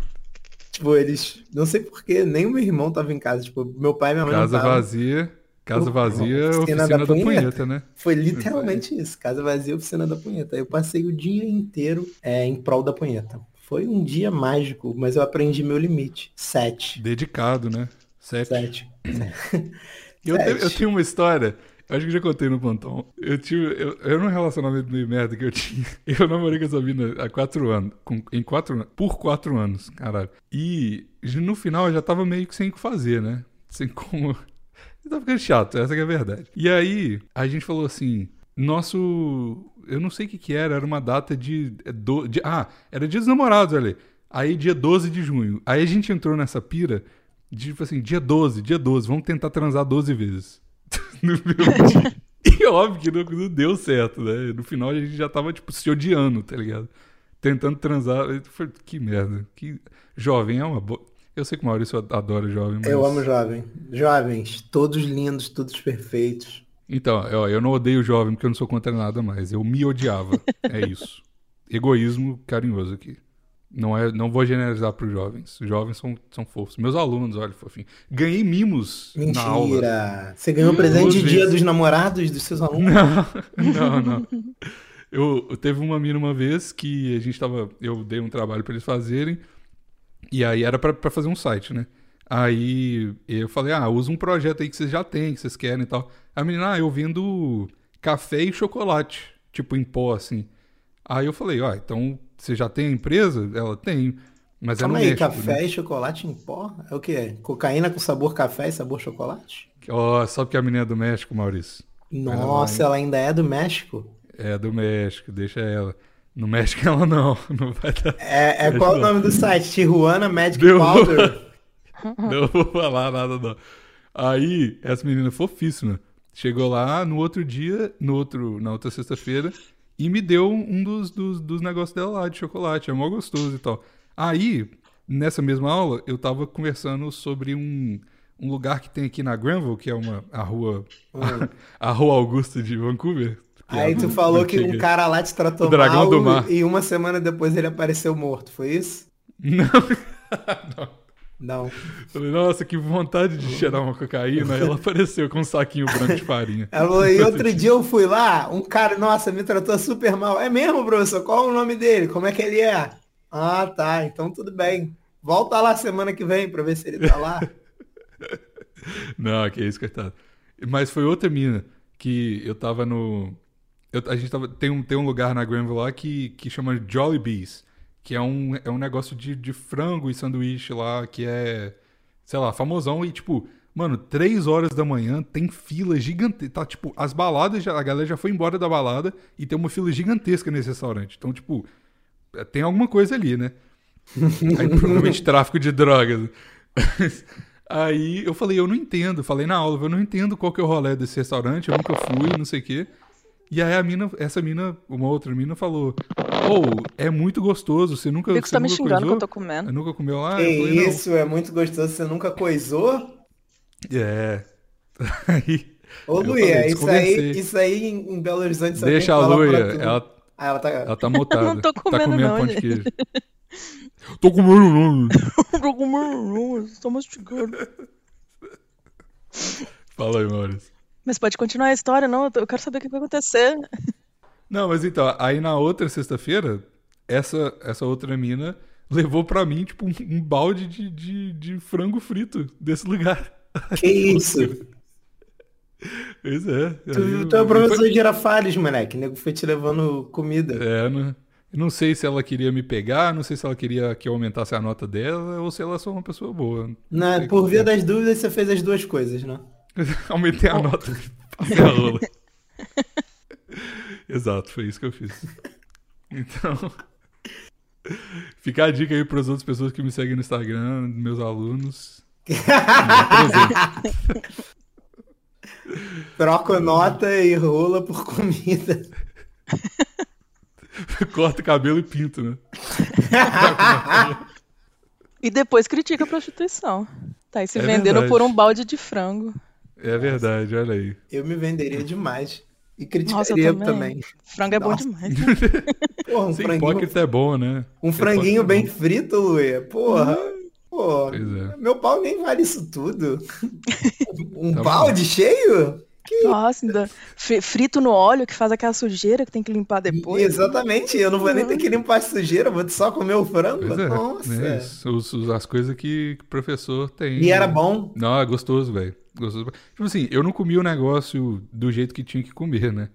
tipo, eles. Não sei porquê, nem o meu irmão tava em casa. Tipo, meu pai e minha mãe
Casa
não tava.
vazia. Casa
Oh,
vazia, é
oficina
oficina
da
da,
punheta.
punheta, né?
Foi literalmente isso. Casa vazia, oficina da punheta. Eu passei o dia inteiro é, em prol da punheta. Foi um dia mágico, mas eu aprendi meu limite. Sete.
Dedicado, né? Sete.
Sete.
Eu, te-
Sete.
eu tenho uma história, eu acho que eu já contei no plantão. Eu tive. Eu, eu era um relacionamento meio merda que eu tinha. Eu namorei com essa mina há quatro anos. com- em quatro, an- por quatro anos, caralho. E j- no final eu já tava meio que sem o que fazer, né? Sem como. Eu tava ficando chato, essa que é a verdade. E aí, a gente falou assim. Nosso. Eu não sei o que que era, era uma data de. é, do- de- ah, era dia dos namorados, olha. aí. Aí dia 12 de junho. Aí a gente entrou nessa pira de, tipo assim, dia 12, dia 12, vamos tentar transar 12 vezes. No meu dia. E óbvio que não, não deu certo, né? No final a gente já tava, tipo, se odiando, tá ligado? Tentando transar. Eu falei, que merda. Que... Jovem é uma boa. Eu sei que o Maurício adora jovem, mas.
Eu amo jovem. Jovens, todos lindos, todos perfeitos.
Então, ó, eu não odeio jovem porque eu não sou contra nada mais. Eu me odiava. É isso. Egoísmo carinhoso aqui. Não, é, não vou generalizar para os jovens. Os jovens são, são fofos. Meus alunos, olha, fofinho. Ganhei mimos na aula.
Mentira. Você ganhou presente de
Duas
dia
vezes.
dos namorados dos seus alunos?
Não, não, não. Eu, eu teve uma mina uma vez que a gente tava. Eu dei um trabalho pra eles fazerem. E aí era pra pra fazer um site, né? Aí eu falei, ah, usa um projeto aí que vocês já têm, que vocês querem e tal. A menina, ah, eu vendo café e chocolate, tipo em pó, assim. Aí eu falei, ó, então você já tem a empresa? Ela tem. Mas é
Calma
no
aí,
México,
café
né?
e chocolate em pó? É o quê? Cocaína com sabor café e sabor chocolate?
Ó, só porque a menina é do México, Maurício.
Nossa, ela ainda é do México?
É do México, deixa ela. No México ela não, não vai dar
É, é qual o nome do site? Tijuana Magic
Deu.
Powder?
Não vou falar nada, não. Aí, essa menina é fofíssima chegou lá no outro dia, no outro, na outra sexta-feira, e me deu um dos, dos, dos negócios dela lá de chocolate. É mó gostoso e tal. Aí, nessa mesma aula, eu tava conversando sobre um, um lugar que tem aqui na Granville, que é uma, a rua. A, rua Augusta de Vancouver. que é
Aí
a
tu falou que um
antiga.
cara lá te tratou
O dragão
mal
do mar.
e uma semana depois ele apareceu morto, foi isso?
Não. não.
Não.
Falei, nossa, que vontade de cheirar uma cocaína. Aí ela apareceu com um saquinho branco de farinha.
Ela falou, e outro dia eu fui lá, um cara, nossa, me tratou super mal. É mesmo, professor? Qual o nome dele? Como é que ele é? Ah, tá, então tudo bem. Volta lá semana que vem pra ver se ele tá lá.
Não, que isso, coitado. Mas foi outra mina que eu tava no. eu- a gente tava. Tem um, tem um lugar na Granville lá que, que chama Jollibees, que é um, é um negócio de, de frango e sanduíche lá, que é, sei lá, famosão. E tipo, mano, três horas da manhã tem fila gigante. Tá, tipo, as baladas, já, a galera já foi embora da balada e tem uma fila gigantesca nesse restaurante. Então, tipo, tem alguma coisa ali, né? Aí provavelmente tráfico de drogas. Aí eu falei, eu não entendo. Falei na aula, eu não entendo qual que é o rolê desse restaurante, eu nunca fui, não sei o quê. E aí a mina, essa mina, uma outra mina falou, ou é muito gostoso, você nunca,
Fico
você
tá me
nunca
xingando que
coisou?
eu tô comendo.
Nunca comeu lá?
que
Ah, eu falei, não.
isso, é muito gostoso, você nunca coisou?
É. Aí,
Ô,
Eu
Luia,
falei,
isso aí,
desconversei.
isso aí em em Belo Horizonte só
deixa a
tem que falar pra
Luia,
tu.
ela,
Ah, ela tá...
ela tá motada.
Não tô
tá
comendo
comendo
não,
pão de
gente.
queijo. tô comendo não.
Tô mastigando.
Fala aí, Maurício.
Mas pode continuar a história, não? Eu tô- Eu quero saber o que vai acontecer.
Não, mas então, aí na outra sexta-feira, essa, essa outra mina levou pra mim, tipo, um, um balde de, de, de frango frito desse lugar.
Que isso?
Pois é. aí
Tu,
eu-
tu é o
eu-
professor de girafales, moleque. O nego foi te levando comida.
É, não, eu não sei se ela queria me pegar, não sei se ela queria que eu aumentasse a nota dela, ou se ela é só uma pessoa boa.
Na, por via das dúvidas, você fez as duas coisas, né?
Aumentei
Oh.
a nota. Passei a rola. Exato, foi isso que eu fiz. Então, fica a dica aí para as outras pessoas que me seguem no Instagram, meus alunos.
Troca nota e rola por comida.
Corta o cabelo e pinto, né?
E depois critica a prostituição. Tá aí se
É
vendendo
verdade.
por um balde de frango.
É verdade, olha aí.
Eu me venderia demais.
Nossa,
E
eu
criticaria
também.
também.
Frango é bom
Nossa.
demais.
Porra, um
Ser
franguinho,
hipócrita é bom, né?
um
Ser
franguinho
hipócrita é
bem
bom.
frito, Luia. Porra.
é.
Pô,
Pois é.
meu pau nem vale isso tudo. Um
Tá bom.
balde cheio?
Nossa, ainda fri- frito no óleo que faz aquela sujeira que tem que limpar depois.
Exatamente. Eu não vou nem ter
Uhum.
que limpar a sujeira, vou só comer o frango.
Pois é.
Nossa.
né? Isso, os- os- as coisas que o professor tem.
E era bom.
Não, é gostoso, velho. Gostoso. pra- Tipo assim, eu não comi o negócio do jeito que tinha que comer, né?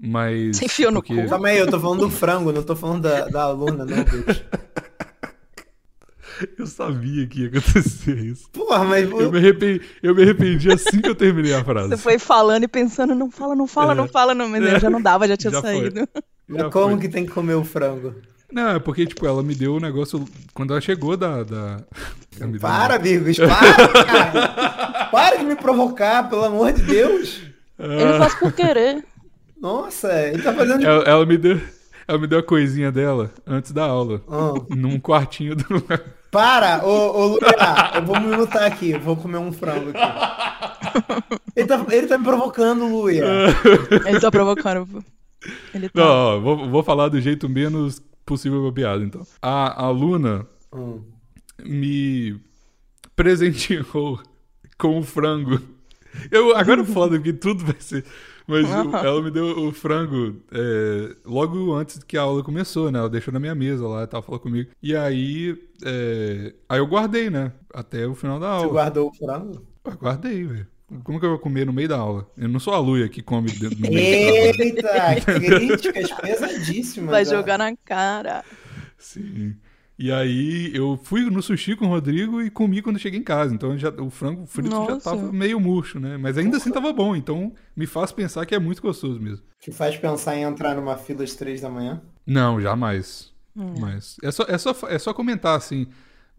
Mas.
Você enfiou no
porque-
cu?
Calma aí, eu tô falando do frango, não tô falando da, da aluna, não, bicho.
Eu sabia que ia acontecer isso.
Porra, mas
Eu me arrependi, eu me arrependi assim que eu terminei a frase.
Você foi falando e pensando, não fala, não fala, não fala, não. Mas eu já não dava, já tinha
Já foi.
saído.
mas
Já
como
foi.
que tem que comer o frango?
Não, é porque, tipo, ela me deu o negócio. Quando ela chegou da. da... Ela me deu-
Para, Virgos, para, cara. Para de me provocar, pelo amor de Deus.
Ele faz por querer.
Nossa, ele tá fazendo. de-
Ela, ela me deu, ela me deu a coisinha dela antes da aula.
Ah.
Num quartinho do.
Para, ô, ô Luca, eu vou me mutar aqui, eu vou comer um frango aqui. Ele tá, ele tá me provocando, Luia.
Ele tá provocando. Ele tá.
Não, ó, vou, vou falar do jeito menos possível pra piada, então. A aluna
Hum.
me presenteou com o frango. Eu, agora é foda, porque tudo vai ser. Mas o- ela me deu o frango é, logo antes que a aula começou, né? Ela deixou na minha mesa lá e tal, falou comigo. E aí. é, aí eu guardei, né? Até o final da
Você
aula.
guardou o frango?
Eu guardei, velho. Como que eu vou comer no meio da aula? Eu não sou a Luia que come dentro no meio da aula.
Eita, críticas pesadíssimas.
Vai
ó.
jogar na cara.
Sim. E aí eu fui no sushi com o Rodrigo e comi quando cheguei em casa. Então já, o frango frito já
Nossa.
tava meio murcho, né? Mas ainda assim tava bom. Então me faz pensar que é muito gostoso mesmo.
Que faz pensar em entrar numa fila às três da manhã.
Não, jamais. Mas é só, é, só, é só comentar assim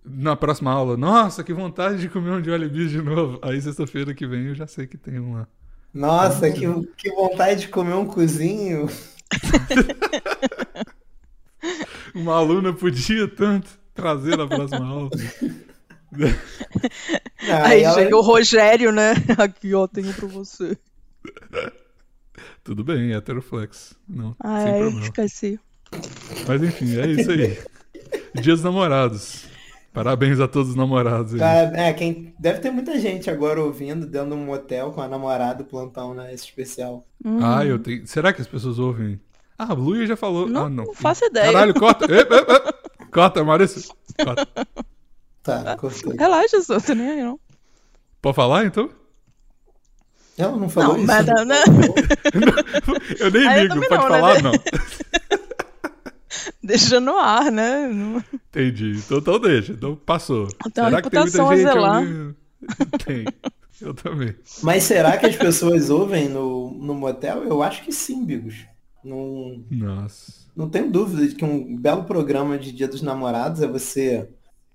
na próxima aula. Nossa, que vontade de comer um de Wallabies de novo. Aí sexta-feira que vem eu já sei que tem um lá.
Nossa, que, que vontade de comer um cozinho.
Uma aluna podia tanto trazer na próxima aula.
Ah,
Aí
e ela-
chega o Rogério, né? Aqui, ó, tenho pra você.
Tudo bem, é heteroflex. Não, sem
Ai,
problema.
esqueci.
Mas enfim, é isso aí. Dia dos namorados. Parabéns a todos os namorados aí.
Cara, é, quem... Deve ter muita gente agora ouvindo, dentro de um motel com a namorada plantão na especial.
Ah,
Hum.
eu tenho. Será que as pessoas ouvem? Ah, a Luia já falou.
Não,
ah, não.
não faço ideia.
Caralho, corta. Ep, ep, ep. Corta, Maurício. Corta.
Tá,
Ah.
cortei.
Relaxa, só, tô nem aí, não.
Pode falar então?
Ela não falou
Não,
Tá isso? é
mas não, né?
Eu nem
Ah, eu
ligo,
também
pode
não, né?
falar? Não.
Deixa no ar, né? Não-
Entendi. Então, então deixa. Então passou.
tenho uma
Será que tem muita
reputação a
gente
zelar.
ouvindo? Tem. Eu também.
Mas será que as pessoas ouvem no, no motel? Eu acho que sim, Bigos. Não,
Nossa.
não tenho dúvida de que um belo programa de Dia dos Namorados é você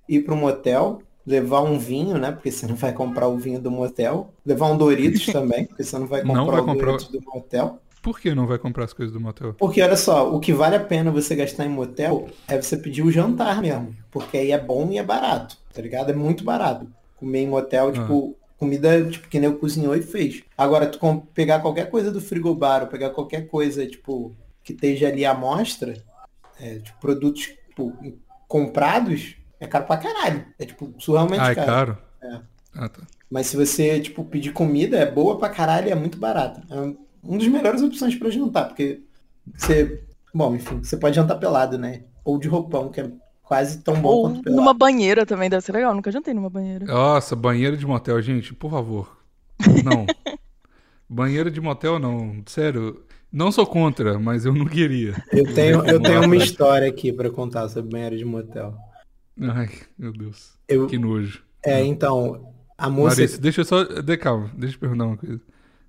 ir para um motel, levar um vinho, né? Porque você não vai comprar o vinho do motel. Levar um Doritos também, porque você não vai
Não
comprar
vai
o
comprar.
Doritos do motel.
Por que não vai comprar as coisas do motel?
Porque olha só, o que vale a pena você gastar em motel é você pedir o jantar mesmo. Porque aí é bom e é barato, tá ligado? É muito barato. Comer em motel, tipo, comida tipo, que nem eu cozinhou e fez. Agora, tu com- pegar qualquer coisa do frigobar ou pegar qualquer coisa, tipo, que esteja ali à mostra, é, tipo, produtos tipo, comprados, é caro pra caralho. É tipo, surrealmente
Ah, é
caro.
caro?
É.
Ah, tá.
Mas se você, tipo, pedir comida, é boa pra caralho e é muito barata. É um- uma das melhores opções pra jantar, porque você. Bom, enfim, você pode jantar pelado, né? Ou de roupão, que é quase tão bom
Ou
quanto pelado.
numa banheira também deve ser legal. Nunca jantei numa banheira.
Nossa, banheiro de motel, gente, por favor. Não. banheiro de motel, não. Sério, não sou contra, mas eu não queria.
Eu tenho, eu
Vamos
tenho
lá,
uma
cara.
história aqui pra contar sobre banheiro de motel.
Ai, meu Deus.
Eu,
Que nojo.
é, então, a moça.
Maurício, deixa eu só. De, calma, deixa eu perguntar uma coisa.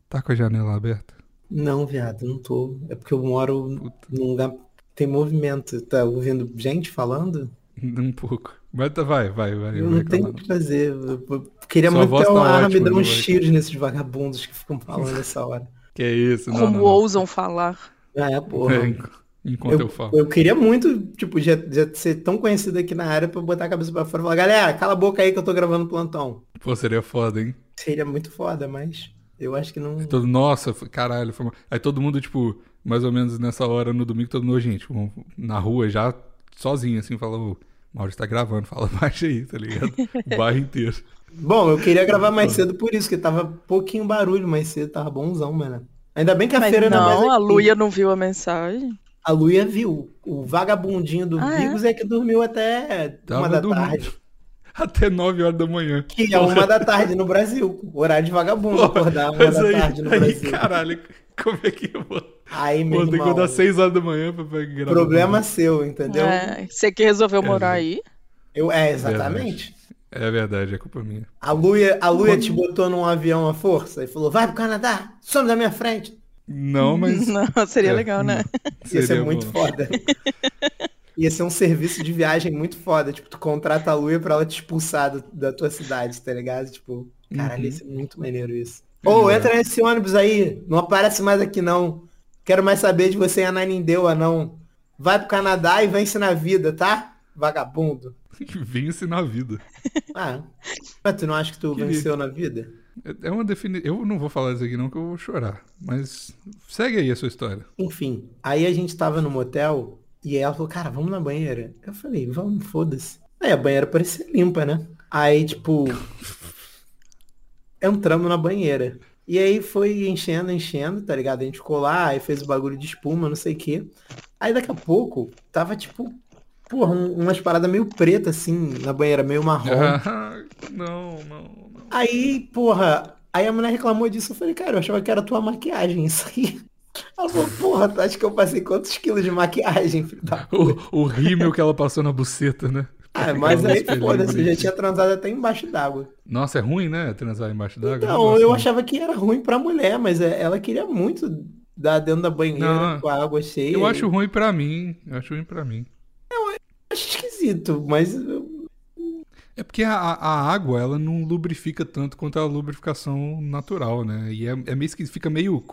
Tá com a janela aberta?
Não, viado, não tô. É porque eu moro
Puta.
num lugar que tem movimento. Tá ouvindo gente falando?
Um pouco. Mas tá, vai, vai, vai.
Eu
vai,
não tenho o
calma.
que fazer. Eu- eu queria
Sua
muito
voz
ter uma
tá
arma e
ótima,
dar uns
né, Mike?
tiros nesses vagabundos que ficam falando essa hora.
Que isso, não.
Como
não, não.
ousam falar.
É,
É,
porra.
en- enquanto eu, falo.
Eu queria muito, tipo, já, já ser tão conhecido aqui na área pra eu botar a cabeça pra fora e falar, galera, cala a boca aí que eu tô gravando plantão.
Pô, seria foda, hein?
Seria muito foda, mas eu acho que não.
Todo, nossa, foi- caralho. Foi uma- Aí todo mundo, tipo, mais ou menos nessa hora no domingo, todo mundo, gente, vamos- na rua já, sozinho, assim, fala, ô, Maurício tá gravando, fala, baixa aí, tá ligado? O bairro inteiro.
Bom, eu queria gravar mais cedo por isso, que tava pouquinho barulho mais cedo, tava bonzão, mano. Ainda bem que a
Mas
feira não é mais
não, a
aqui.
Luia não viu a mensagem.
A Luia viu. O vagabundinho do
Ah, é?
Bigos é? que dormiu até
Tava
uma da
dormindo.
tarde.
Até 9 horas da manhã.
Que é uma da tarde no Brasil. Horário de vagabundo acordar uma
Mas
da
aí,
tarde no
aí,
Brasil.
caralho, como é que eu vou?
Aí, meu
Pô, tem que
irmão,
acordar 6 horas da manhã pra pra gravar.
problema
né?
seu, entendeu?
É, você que resolveu morar
É,
aí.
Eu, é, exatamente.
É verdade, é culpa minha.
A Luia, a Luia te botou num avião à força e falou, vai pro Canadá, some da minha frente.
Não, mas.
Não, seria
é,
legal, né?
Ia ser
seria
muito
bom.
foda. Ia ser um serviço de viagem muito foda. Tipo, tu contrata
Uhum.
a Luia pra ela te expulsar do- da tua cidade, tá ligado? Tipo, caralho, ia ser muito maneiro isso.
É
Ou entra nesse ônibus aí, não aparece mais aqui não. Quero mais saber de você em Ananindeua, não. Vai pro Canadá e vence na vida, tá? Vagabundo.
Vence na vida.
Ah, mas tu não acha que tu
Queria.
venceu na vida?
É- É uma definição. Eu não vou falar isso aqui, não, que eu vou chorar. Mas segue aí a sua história.
Enfim, aí a gente tava no motel e ela falou, cara, vamos na banheira. Eu falei, vamos, foda-se. Aí a banheira parecia limpa, né? Aí, tipo, entramos na banheira. E aí foi enchendo, enchendo, tá ligado? A gente ficou lá, aí fez o bagulho de espuma, não sei o quê. Aí daqui a pouco, tava tipo, porra, um- umas paradas meio preta assim, na banheira, meio marrom.
Ah, não, não, não.
Aí, porra, aí a mulher reclamou disso. Eu falei, cara, eu achava que era tua maquiagem isso aí. Ela falou, porra, tu acha que eu passei quantos quilos de maquiagem, filho da puta?
O, o rímel que ela passou na buceta, né?
Ah, mas aí,
Aquela
foda-se, eu já
bonitinha.
tinha transado até embaixo d'água.
Nossa, é ruim, né? Transar embaixo d'água.
Então, eu
Nossa.
achava que era ruim pra mulher, mas é- ela queria muito dar dentro da banheira
Não,
com a água cheia.
Eu acho ruim pra mim. Eu acho ruim pra mim.
Acho esquisito, mas eu-
É porque a, a água, ela não lubrifica tanto quanto a lubrificação natural, né? E é, é meio que fica meio.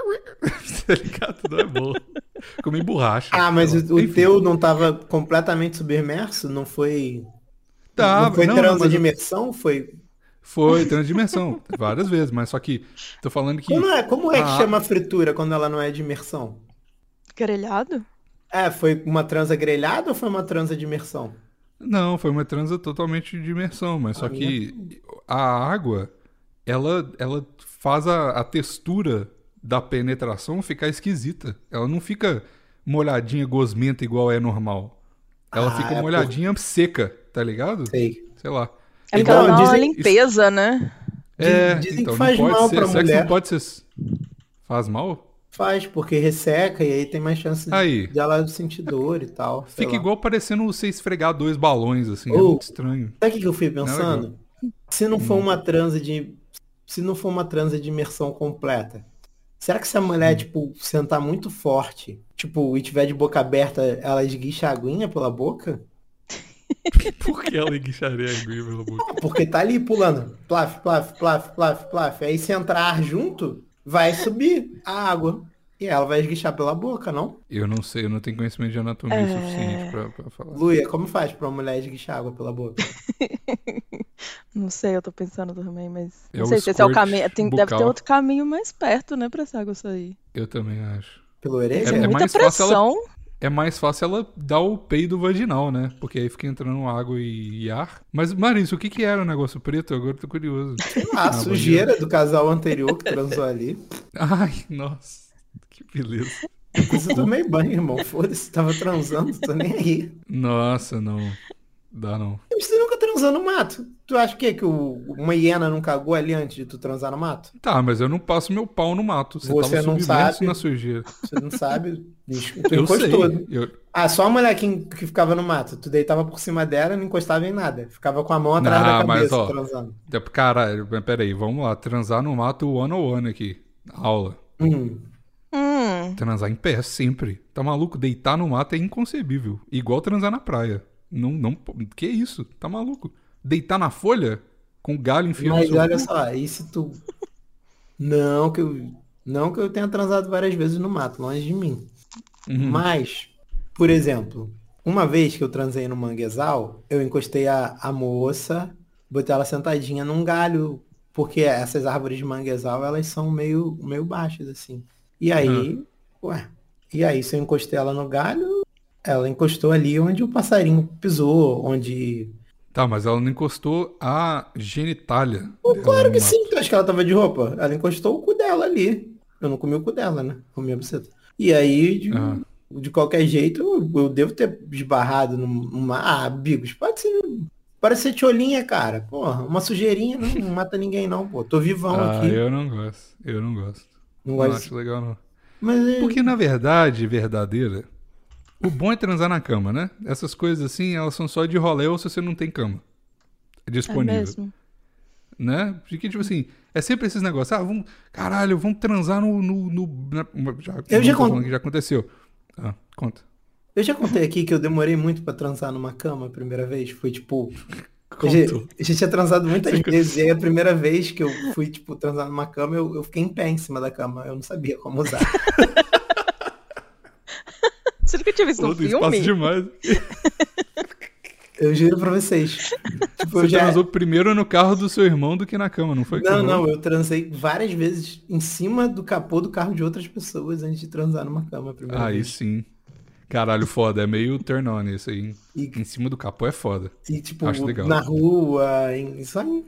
tá ligado? Não é bom. Fica meio borracha.
Ah, mas
sei
o, o
lá. Enfim,
teu não tava completamente submerso? Não foi.
tá,
não foi
não, não,
transa
mas
de imersão? Foi.
Foi, transdimensão. várias vezes, mas só que. Tô falando que.
Como é, como é que
Ah.
chama a fritura quando ela não é de imersão?
Grelhado?
É, foi uma transa grelhada ou foi uma transa de imersão?
Não, foi uma transa totalmente de imersão, mas só
Ah,
que a água, ela, ela faz a, a textura da penetração ficar esquisita. Ela não fica molhadinha, gosmenta igual é normal. Ela
Ah,
fica
é por-
molhadinha seca, tá ligado?
Sei.
Sei lá.
É porque
Então,
ela dá uma
dizem-
limpeza, né?
É,
dizem que
então, não
faz
pode
mal
ser.
pra
Sexo
mulher.
não pode ser. Faz mal?
Faz, porque resseca e aí tem mais chance de-
Aí.
dela sentir dor e tal. sei
Fica
lá.
igual parecendo você esfregar dois balões, assim. É
Ou-
muito estranho.
Sabe o que que eu fui
é
pensando? Se não for uma transa de. Se não for uma transa de imersão completa, será que se a mulher, tipo, sentar muito forte, tipo, e tiver de boca aberta, ela esguicha a aguinha pela boca?
Por que ela enguixaria a aguinha pela boca?
Porque tá ali pulando. Plaf, plaf, plaf, plaf, plaf. Aí se entrar junto, vai subir a água. E ela vai esguichar pela boca, não?
Eu não sei, eu não tenho conhecimento de anatomia suficiente pra, pra falar.
Luia, como faz pra uma mulher esguichar água pela boca?
Não sei, eu tô pensando também, mas.
É
não
o
sei se esse é o
squirt
caminho. Tem, deve ter
bucal.
outro caminho mais perto, né, pra essa água sair.
Eu também acho.
Pela
Tem
orelha?
é
muita
mais fácil ela-
pressão.
É mais fácil ela dar o peido vaginal, né? Porque aí fica entrando água e, e ar. Mas, Marins, o que que era o negócio preto? Agora eu tô curioso.
Sei lá, a
Ah,
sujeira do casal anterior que transou ali.
Ai, nossa. Que beleza.
Isso eu tomei banho, irmão. Foda-se, tava transando, tô nem aí.
Nossa, não. Dá não.
Mas tu nunca transou no mato. Tu acha que, que o- uma hiena não cagou ali antes de tu transar no mato?
Tá, mas eu não passo meu pau no mato. Você,
Você
tava
não
submerso
sabe?
na sujeira.
Você não sabe? Bicho, Tu
Eu sei.
encostou. né?
Eu...
Ah, só a mulher que, que ficava no mato. Tu deitava por cima dela e não encostava em nada. Ficava com a mão atrás
Ah,
da
mas,
cabeça
ó,
transando.
Caralho, mas peraí, vamos lá. Transar no mato one on one aqui. Aula.
Hum.
Hum,
Transar em pé, sempre. Tá maluco? Deitar no mato é inconcebível. Igual transar na praia. Não, não. Que isso? Tá maluco? Deitar na folha? Com galho enfiando. no
Mas
seu
olha
cu?
só, e se tu. Não que eu. Não que eu tenha transado várias vezes no mato, longe de mim.
Uhum.
Mas, por exemplo, uma vez que eu transei no manguezal, eu encostei a, a moça, botei ela sentadinha num galho, porque essas árvores de manguezal, elas são meio, meio baixas, assim. E aí, ué, e aí se eu encostei ela no galho, ela encostou ali onde o passarinho pisou, onde.
Tá, mas ela não encostou a genitália.
Pô,
dela
claro
no
que
mato.
sim, tu acha que ela tava de roupa? Ela encostou o cu dela ali. Eu não comi o cu dela, né? Comi a buceta. E aí, de-
Ah.
De qualquer jeito, eu- eu devo ter esbarrado num- numa. Ah, Bigos, pode ser. Parece ser tiolinha, cara. Porra, uma sujeirinha não, não mata ninguém, não, pô. Tô vivão
Ah,
aqui.
eu não gosto. Eu não gosto. Não
Não gosto.
acho legal, não.
Mas é-
Porque, na verdade, verdadeira, o bom é transar na cama, né? Essas coisas assim, elas são só de rolê ou se você não tem cama
é
disponível.
mesmo.
né? Porque, tipo assim, é sempre esses negócios. Ah, vamos, caralho, vamos transar no. no, no- na- já,
Eu já
não tô
con-
falando que já aconteceu. Ah, conta.
eu já contei aqui que eu demorei muito pra transar numa cama a primeira vez. Foi tipo A gente,
Contou.
a gente tinha transado muitas vezes, e aí a primeira vez que eu fui, tipo, transar numa cama, eu, eu fiquei em pé em cima da cama, eu não sabia como usar.
Você nunca tinha visto um
Todo espaço
filme?
demais.
Eu juro pra vocês. Tipo, eu
Você
já...
transou né? primeiro no carro do seu irmão do que na cama, não foi?
Não, não, eu transei várias vezes em cima do capô do carro de outras pessoas antes de transar numa cama a primeira
Aí
vez.
sim. Caralho, foda. É meio turn on isso aí.
E-
Em cima do capô é foda.
E, tipo,
Acho legal.
na rua, em, só, em,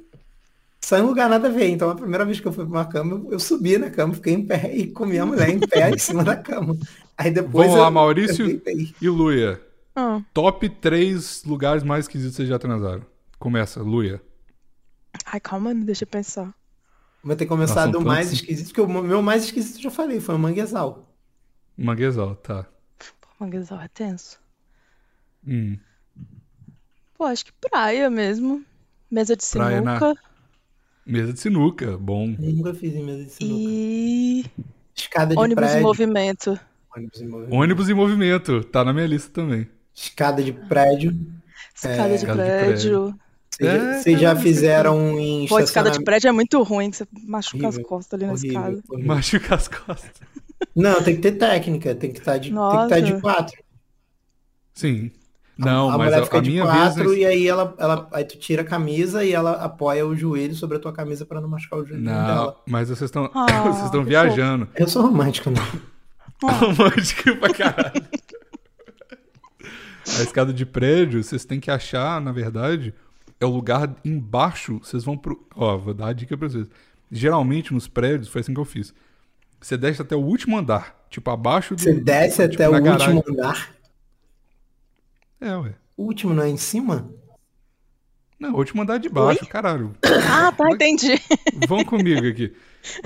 só em lugar nada a ver. Então, a primeira vez que eu fui pra uma cama, eu, eu subi na cama, fiquei em pé e comi a mulher em pé em cima da cama. Aí depois
Vamos
eu,
lá, Maurício.
eu deitei.
E Luia,
Ah.
top 3 lugares mais esquisitos que vocês já transaram. Começa, Luia.
Ai, calma, deixa eu pensar.
Mas ter
Nossa,
começado
um
o mais
tanto.
esquisito, porque o meu mais esquisito, eu já falei, foi um o manguezal.
Manguezal, tá.
Pô, manguezal é tenso.
Hum.
Pô, acho que praia mesmo. Mesa de
Praia na-
sinuca
Mesa de sinuca, bom.
Eu nunca fiz em mesa de sinuca.
e
Escada de
ônibus em
prédio.
movimento.
Ônibus em movimento.
Ônibus em movimento, tá na minha lista também.
Escada de prédio.
Escada de
É, Escada de
prédio.
Vocês já-
É,
vocês já fizeram em
Pô, escada de
estacionamento?
prédio é muito ruim, que você machuca as
Horrível,
costas ali na
Horrível,
escada.
horrível.
Machuca as costas.
Não, tem que ter técnica, tem que estar de, tem que tá
Nossa.
de quatro.
Sim. Não,
a
mas
mulher
a,
fica
a
de
minha
quatro
vez. é assim.
e aí ela, ela aí tu tira a camisa e ela apoia o joelho sobre a tua camisa pra não machucar o joelho dela.
é Não, mas vocês estão
Ah,
vocês estão
que
viajando.
Eu sou romântico, não.
Romântico pra caralho. A escada de prédio, vocês têm que achar, na verdade, é o lugar embaixo. Vocês vão pro. Ó, vou dar a dica pra vocês. Geralmente nos prédios, foi assim que eu fiz. Você desce até o último andar. Tipo, abaixo do.
Você desce
tipo,
até o
na garagem.
último andar.
É, ué.
O último não é em cima?
Não, o último andar é de baixo, caralho.
Ah, tá, entendi.
Vão comigo aqui.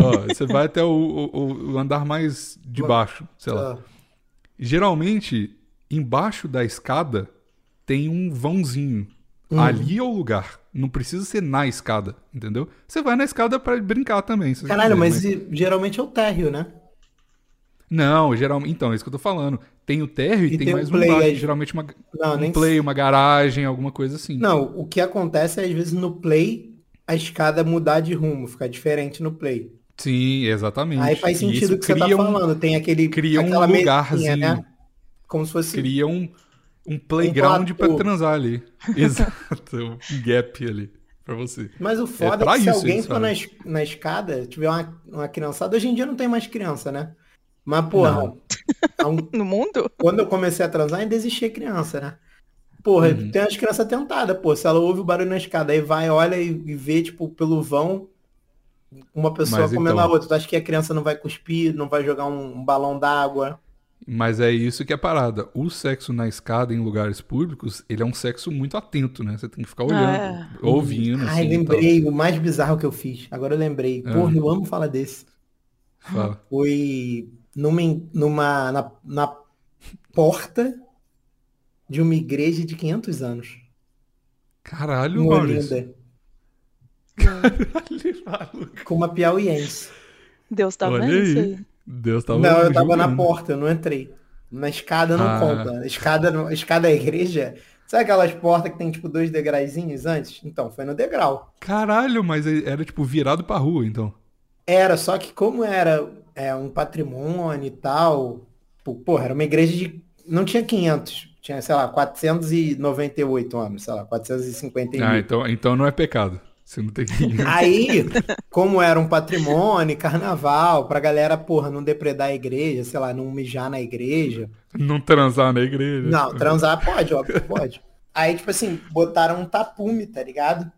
Ó, você vai até o, o- o andar mais de baixo, sei lá.
Tá.
Geralmente, embaixo da escada tem um vãozinho.
Hum.
Ali é o lugar. Não precisa ser na escada, entendeu? Você vai na escada pra brincar também. se você
Caralho,
quiser,
mas e- geralmente é o térreo, né?
Não, geralmente. Então, é isso que eu tô falando. Tem o térreo e, tem, mais um
play
embaixo.
aí.
Geralmente uma,
Não,
um
nem
play, uma garagem, alguma coisa assim.
Não, o que acontece é às vezes no play a escada mudar de rumo, ficar diferente no play.
Sim, exatamente.
Aí faz
E
sentido
isso
o que você tá
cria um-
falando, tem aquele
cria um
aquela mesinha,
lugarzinho.
né? Como se fosse
Cria um, um playground pra
platô.
transar ali. Exato. Um gap ali pra você.
Mas o
É
foda é,
pra
que se
isso
alguém
eles
for na, es- na escada, tiver uma, uma criançada, hoje em dia não tem mais criança, né? Mas, porra, há um-
No mundo?
quando eu comecei a transar, ainda existia criança, né? Porra,
Uhum.
tem as crianças tentadas, pô. Se ela ouve o barulho na escada, aí vai, olha e, e vê, tipo, pelo vão, uma pessoa
Mas
comendo
então-
a outra. Tu acha que a criança não vai cuspir, não vai jogar um, um balão d'água?
Mas é isso que é a parada. O sexo na escada em lugares públicos, ele é um sexo muito atento, né? Você tem que ficar olhando,
É.
ouvindo.
Ai,
assim, e tal.
lembrei, o mais bizarro que eu fiz. Agora eu lembrei.
Ah.
Porra, eu amo falar desse.
Fala.
foi numa, en- numa na, na porta de uma igreja de 500 anos,
Caralho,
em
Maurício.
Olinda,
Caralho, maluco.
com uma piauiense.
Deus tá
Olha
vendo isso
aí.
aí?
Deus tá tava
não, eu tava na
julgando.
porta, eu não entrei. Na escada não
Ah.
conta. Escada, não- escada da igreja. Sabe aquelas portas que tem tipo dois degraizinhos antes? Então, foi no degrau.
Caralho, mas era tipo virado pra rua, então.
Era, só que como era é, um patrimônio e tal, pô, porra, era uma igreja de. Não tinha 500, tinha, sei lá, 498 anos, sei lá, 451.
Ah, então, então não é pecado. Você não tem que.
Aí, como era um patrimônio, carnaval, pra galera, porra, não depredar a igreja, sei lá, não mijar na igreja.
não transar na igreja.
Não, transar pode, óbvio, que pode. Aí, tipo assim, botaram um tapume, tá ligado?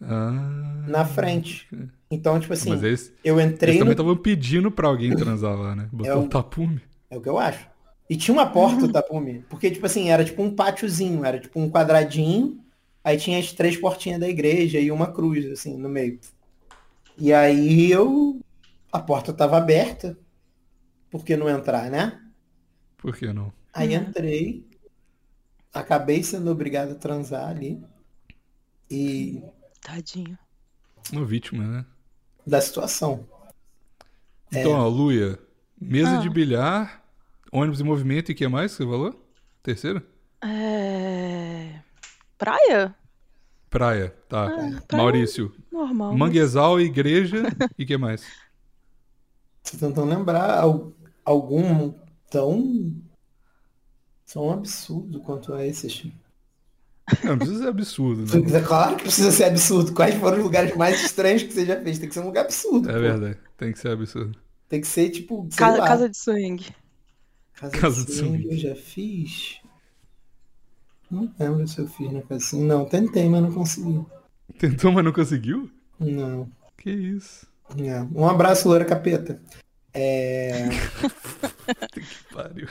Ah.
Na frente. Então, tipo assim,
Mas eles,
eu
eles
entrei no...
também estavam pedindo pra alguém transar lá, né? Botou
É o-
um tapume.
É o que eu acho. E tinha uma porta, o tapume. Porque, tipo assim, era tipo um pátiozinho, era tipo um quadradinho. Aí tinha as três portinhas da igreja e uma cruz, assim, no meio. E aí eu. A porta tava aberta. Por que não entrar, né?
Por que não?
Aí
Uhum.
entrei. Acabei sendo obrigado a transar ali. E.
Tadinho.
Uma vítima, né?
Da situação. É.
Então, ó, Luia, mesa
Ah.
de bilhar, ônibus em movimento e o que mais que você falou? Terceiro?
É... Praia?
Praia, tá.
praia.
Maurício.
Normal. né?
Manguezal, igreja e que mais?
Tô tentando lembrar al- algum tão. tão absurdo quanto é esses.
Não, não precisa ser absurdo, né?
É claro que precisa ser absurdo. Quais foram os lugares mais estranhos que você já fez? Tem que ser um lugar absurdo.
É
pô.
verdade. Tem que ser absurdo.
Tem que ser tipo. sei
Ca-
lá.
casa de swing.
Casa,
Casa de
de swing eu já fiz. Não lembro se eu fiz na casa de swing. Não, tentei, mas não consegui.
Tentou, mas não conseguiu?
Não.
Que isso.
É. Um abraço, Loura Capeta. É...
Que pariu.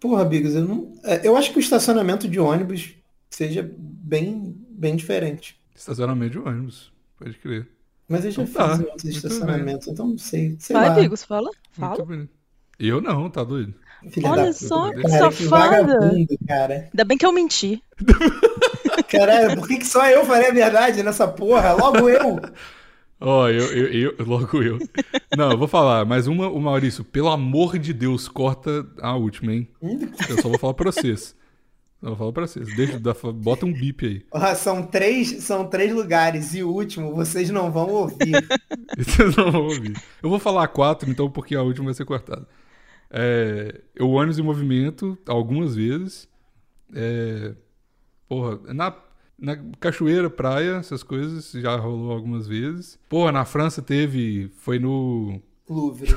Porra, Bigos, eu não. é, Eu acho que o estacionamento de ônibus seja bem, bem diferente.
Estacionamento de ônibus. Pode crer.
Mas eu já
Então tá,
fiz outros
muito
estacionamentos, então não sei. Sei
Vai,
lá,
Bigos, fala.
Muito
Fala.
bonito. Eu não, tá doido?
filha
Olha
da
só, que
É,
puta, cara, que
safada.
vagabundo, cara.
Ainda bem que eu menti.
Caralho, por que, que só eu falei a verdade nessa porra? Logo eu.
Ó, eu, eu, eu, logo eu. Não, eu vou falar, mas uma, o Maurício, pelo amor de Deus, corta a última, hein? Eu só vou falar pra vocês. Eu vou falar pra vocês. Deixa, dá- bota um bip aí.
Ó, são três, são três lugares e o último vocês não vão ouvir.
Vocês Então, não vão ouvir. Eu vou falar a quatro, então, porque a última vai ser cortada. É, eu ônibus em movimento algumas vezes. É, porra, na, na cachoeira, praia, essas coisas já rolou algumas vezes. Porra, na França teve. Foi no.
Louvre.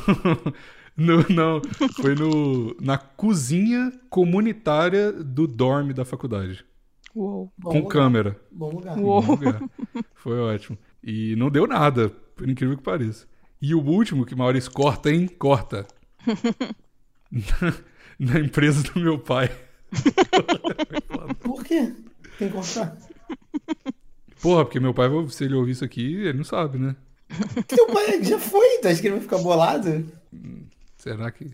no não, foi no, na cozinha comunitária do dorme da faculdade.
Uou.
Bom
com
lugar,
câmera.
Bom lugar.
Uou.
Bom lugar. Foi ótimo. E não deu nada, por incrível que pareça. E o último, que Maurício corta, hein? Corta. na, na empresa do meu pai.
Por quê? Tem que cortar.
Porra, porque meu pai, se ele ouvir isso aqui, ele não sabe, né?
Teu pai já foi, tu acha que ele vai ficar bolado?
Será que.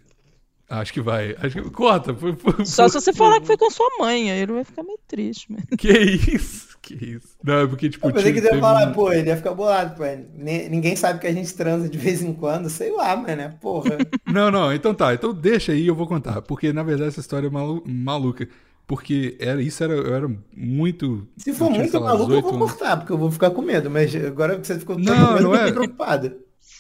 Acho que vai. Acho que. Corta. Foi, foi-
Só se
foi-
você falar que foi com sua mãe, aí ele vai ficar meio triste, mano.
Que isso? Que isso? Não, é porque, tipo.
Eu pensei que
tinha-
tu
teve
ia falar,
um-
pô, ele ia ficar bolado, pô. Ni- Ninguém sabe que a gente transa de vez em quando, sei lá, mano, né? Porra.
Não, não, então tá. Então deixa aí, eu vou contar. Porque, na verdade, essa história é malu- maluca. Porque era, isso era, eu era muito.
Se for
eu tinha,
muito
sei lá,
maluco, eu
18
vou
anos.
cortar, porque eu vou ficar com medo. Mas agora que você ficou todo
Não,
medo,
não
eu fiquei
é.
preocupado.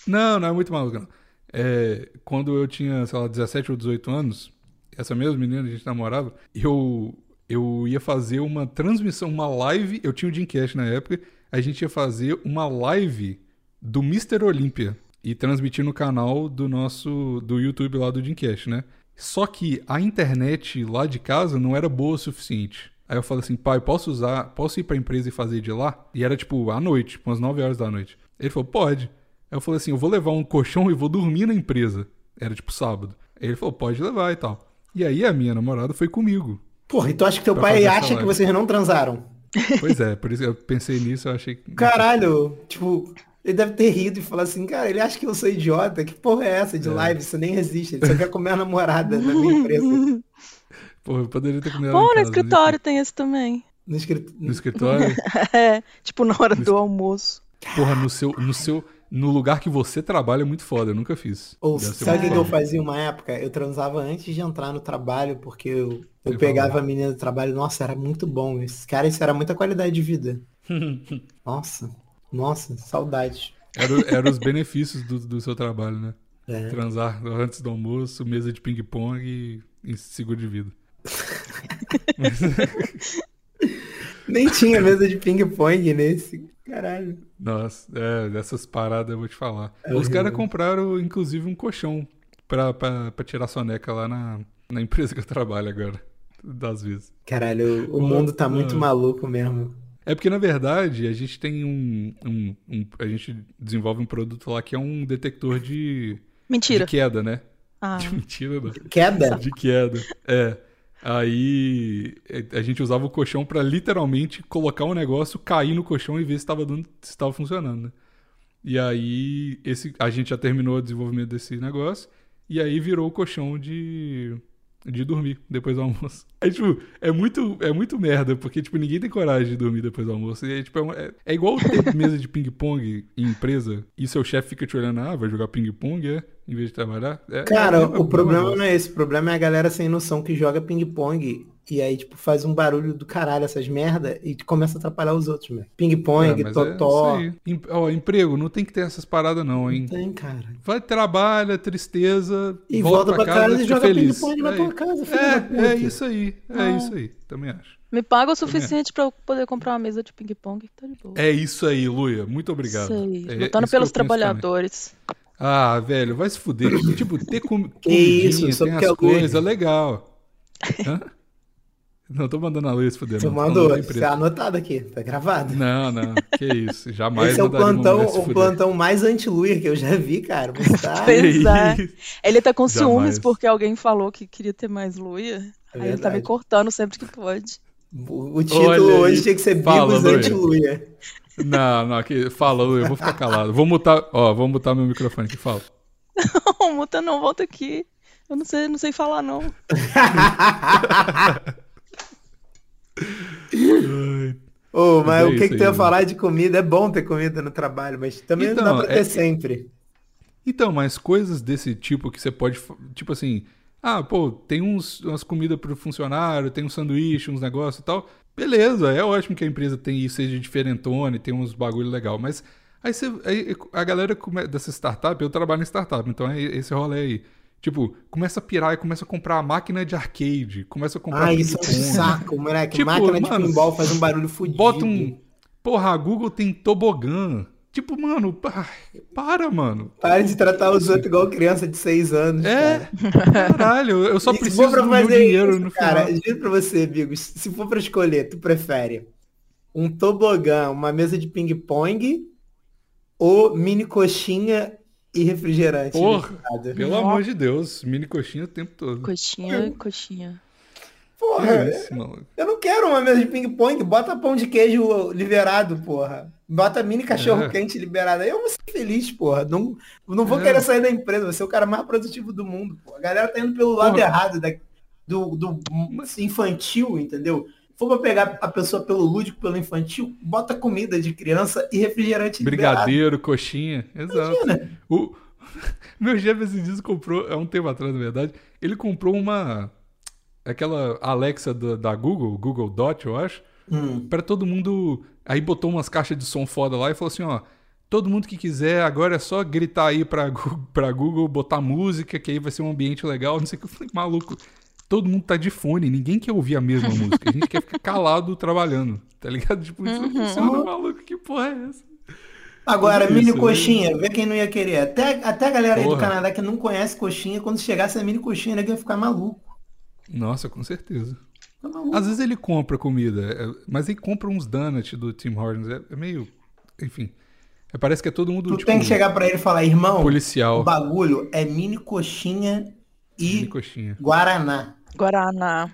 Não, não é muito maluco, não. É, quando eu tinha, sei lá, 17 ou 18 anos, essa mesma menina que a gente namorava, eu, eu ia fazer uma transmissão, uma live. Eu tinha o Dreamcast na época, a gente ia fazer uma live do Mr. Olímpia e transmitir no canal do nosso, do YouTube lá do Dreamcast, né? Só que a internet lá de casa não era boa o suficiente. Aí eu falei assim, pai, posso usar, posso ir pra empresa e fazer de lá? E era tipo à noite, tipo, umas 9 horas da noite. Ele falou, pode. Aí eu falei assim, eu vou levar um colchão e vou dormir na empresa. Era tipo sábado. Aí ele falou, pode levar e tal. E aí a minha namorada foi comigo.
Porra, então acho que teu
Pra
pai
fazer essa
acha que
live.
vocês não transaram.
Pois é, por isso que eu pensei nisso, eu achei que.
Caralho, tipo, ele deve ter rido e falar assim, cara, ele acha que eu sou idiota. Que porra é essa de live? Isso nem existe. Ele só quer comer a namorada da minha empresa.
Pô, eu poderia ter comido ela em
Bom, no
casa, mas
escritório tem esse também.
No escrito.
enfim. No escritório?
É, tipo na hora do almoço.
Porra, no seu, no seu. No lugar que você trabalha é muito foda, eu nunca fiz.
Ou
Deve ser
sabe o que
muito
que eu
foda.
fazia uma época? Eu transava antes de entrar no trabalho, porque eu, eu
Você
pegava
falou.
a menina do trabalho. Nossa, era muito bom. Esse cara, isso era muita qualidade de vida. Nossa, nossa, saudade.
Era, era os benefícios do, do seu trabalho, né?
É.
Transar antes do almoço, mesa de ping-pong e, e seguro de vida.
Nem tinha mesa de ping-pong nesse. Caralho.
Nossa, é, dessas paradas eu vou te falar.
É
Os caras
horrível.
compraram, inclusive, um colchão pra, pra, pra tirar soneca lá na, na empresa que eu trabalho agora, das vezes.
Caralho, o, o mundo tá muito
Ah.
maluco mesmo.
É porque, na verdade, a gente tem um, um- um- A gente desenvolve um produto lá que é um detector de, de
Mentira.
queda, né?
Ah,
De mentira, não.
Queda?
De queda. É. Aí é, a gente usava o colchão pra literalmente colocar um negócio, cair no colchão e ver se estava dando, se estava funcionando, né? E aí esse a gente já terminou o desenvolvimento desse negócio e aí virou o colchão de de dormir depois do almoço. É tipo, é muito é muito merda, porque tipo ninguém tem coragem de dormir depois do almoço. E é, tipo, é, uma- é- é igual ter mesa de ping pong em empresa e seu chefe fica te olhando, ah, vai jogar ping pong, é, em vez de trabalhar. É- é
Cara,
mesma-
o problema
mesma
não é esse. O problema é a galera sem noção que joga ping-pong E aí, tipo, faz um barulho do caralho essas merda e começa a atrapalhar os outros, velho. Ping-pong,
É, mas isso
totó.
aí. Em- ó, emprego, não tem que ter essas paradas não, hein?
Tem, cara.
Vai, trabalha, tristeza,
E volta, pra casa, e
fica
joga
feliz.
ping-pong na
É
tua casa, filho da
É,
puta.
é isso aí. É
Ah.
isso aí. Também acho.
Me paga o suficiente pra eu poder comprar uma mesa de ping-pong que tá de boa.
Tá É isso aí, Luia. Muito obrigado.
Sei.
É isso que eu
Lutando
penso
pelos
também.
trabalhadores.
Ah, velho, vai se fuder. tipo, ter com...
Que isso, só
tem
porque é
as
alguém-
coisas, legal. Hã? Não, tô mandando a Luia se fuder.
Você
não. Tô
mandou,
mandando a
isso é
empresa.
anotado aqui, tá gravado.
Não, não. Que isso. Jamais
Esse é o
mandaria uma
plantão,
mulher um se
o
fuder.
plantão mais anti-Luia que eu já vi, cara. Mas tá,
Pois é.
Que isso.
Ele tá com ciúmes
Jamais.
porque alguém falou que queria ter mais Luia.
é
aí ele tá me
verdade.
cortando sempre que pode.
O o título
Olha aí.
hoje tinha que ser
Fala,
Bigos
Luia.
anti-Luia.
Não, não, aqui, fala, Luia, eu vou ficar calado. Vou mutar, ó, vou mutar meu microfone aqui, fala.
Não, Muta, não, volta aqui. Eu não sei, não sei falar, não.
Ai,
Ô, mas
Mas é
o que,
isso
que tu ia
aí, né?
falar de comida? É bom ter comida no trabalho, mas também não
Então,
dá pra
é-
ter sempre.
Então, mas coisas desse tipo que você pode. fa- Tipo assim. Ah, pô, tem uns, umas comidas pro funcionário, tem um sanduíche, uns negócios e tal. Beleza, é ótimo que a empresa tem isso, seja diferentona e tem uns bagulho legal. Mas aí, você, aí a galera come, dessa startup, eu trabalho em startup, então é esse rolê aí. Tipo, começa a pirar e começa a comprar a máquina de arcade, começa a comprar
Ah, isso é um
ping-pong.
saco, moleque.
Tipo,
Máquina de
mano,
pinball faz um barulho fudido.
Bota um. Porra, a Google tem tobogã. Tipo, mano, pá, para, mano.
Para de tratar os outros igual criança de 6 anos. cara.
É, caralho, eu só
E se
preciso
for pra
do meu
fazer
dinheiro
isso,
no
cara,
final.
juro pra você, amigos, se for pra escolher, tu prefere um tobogã, uma mesa de ping-pong ou mini coxinha e refrigerante?
Porra.
misturado?
Pelo amor de Deus, mini coxinha o tempo todo.
Coxinha, coxinha.
Porra,
É isso, maluco.
eu não quero uma mesa de ping-pong, bota pão de queijo liberado, porra. Bota mini
É.
cachorro-quente liberado. Aí eu vou ser feliz, porra. Não, não vou
É.
querer sair da empresa, vou ser o cara mais produtivo do mundo, porra. A galera tá indo pelo lado
Porra.
errado da- do, do infantil, entendeu? For pra pegar a pessoa pelo lúdico, pelo infantil, bota comida de criança e refrigerante liberado.
Brigadeiro, coxinha. Exato. O meu chefe esses dias comprou, há um tempo atrás, na verdade, ele comprou uma. Aquela Alexa da, da Google, Google Dot, eu acho,
Hum.
pra todo mundo. Aí botou umas caixas de som foda lá e falou assim: ó, todo mundo que quiser, agora é só gritar aí pra, Gu- pra Google, botar música, que aí vai ser um ambiente legal. Não sei o que. Eu falei, maluco, todo mundo tá de fone, ninguém quer ouvir a mesma música. A gente quer ficar calado trabalhando, tá ligado? Tipo, isso não
Uhum.
funciona, maluco, que porra é essa?
Agora,
Tudo
mini
isso, né?
coxinha, vê quem não ia querer. Até, até a galera aí do
Porra.
Canadá que não conhece coxinha, quando chegasse a mini coxinha, ninguém ia ficar maluco.
Nossa, com certeza.
Ficar maluco.
Às vezes ele compra comida, é, mas ele compra uns donuts do Tim Hortons. É, é meio. Enfim. É, parece que é todo mundo
Tu
tipo,
tem que chegar pra ele e falar, irmão, o
policial.
bagulho é mini coxinha e
de coxinha.
guaraná.
Guaraná.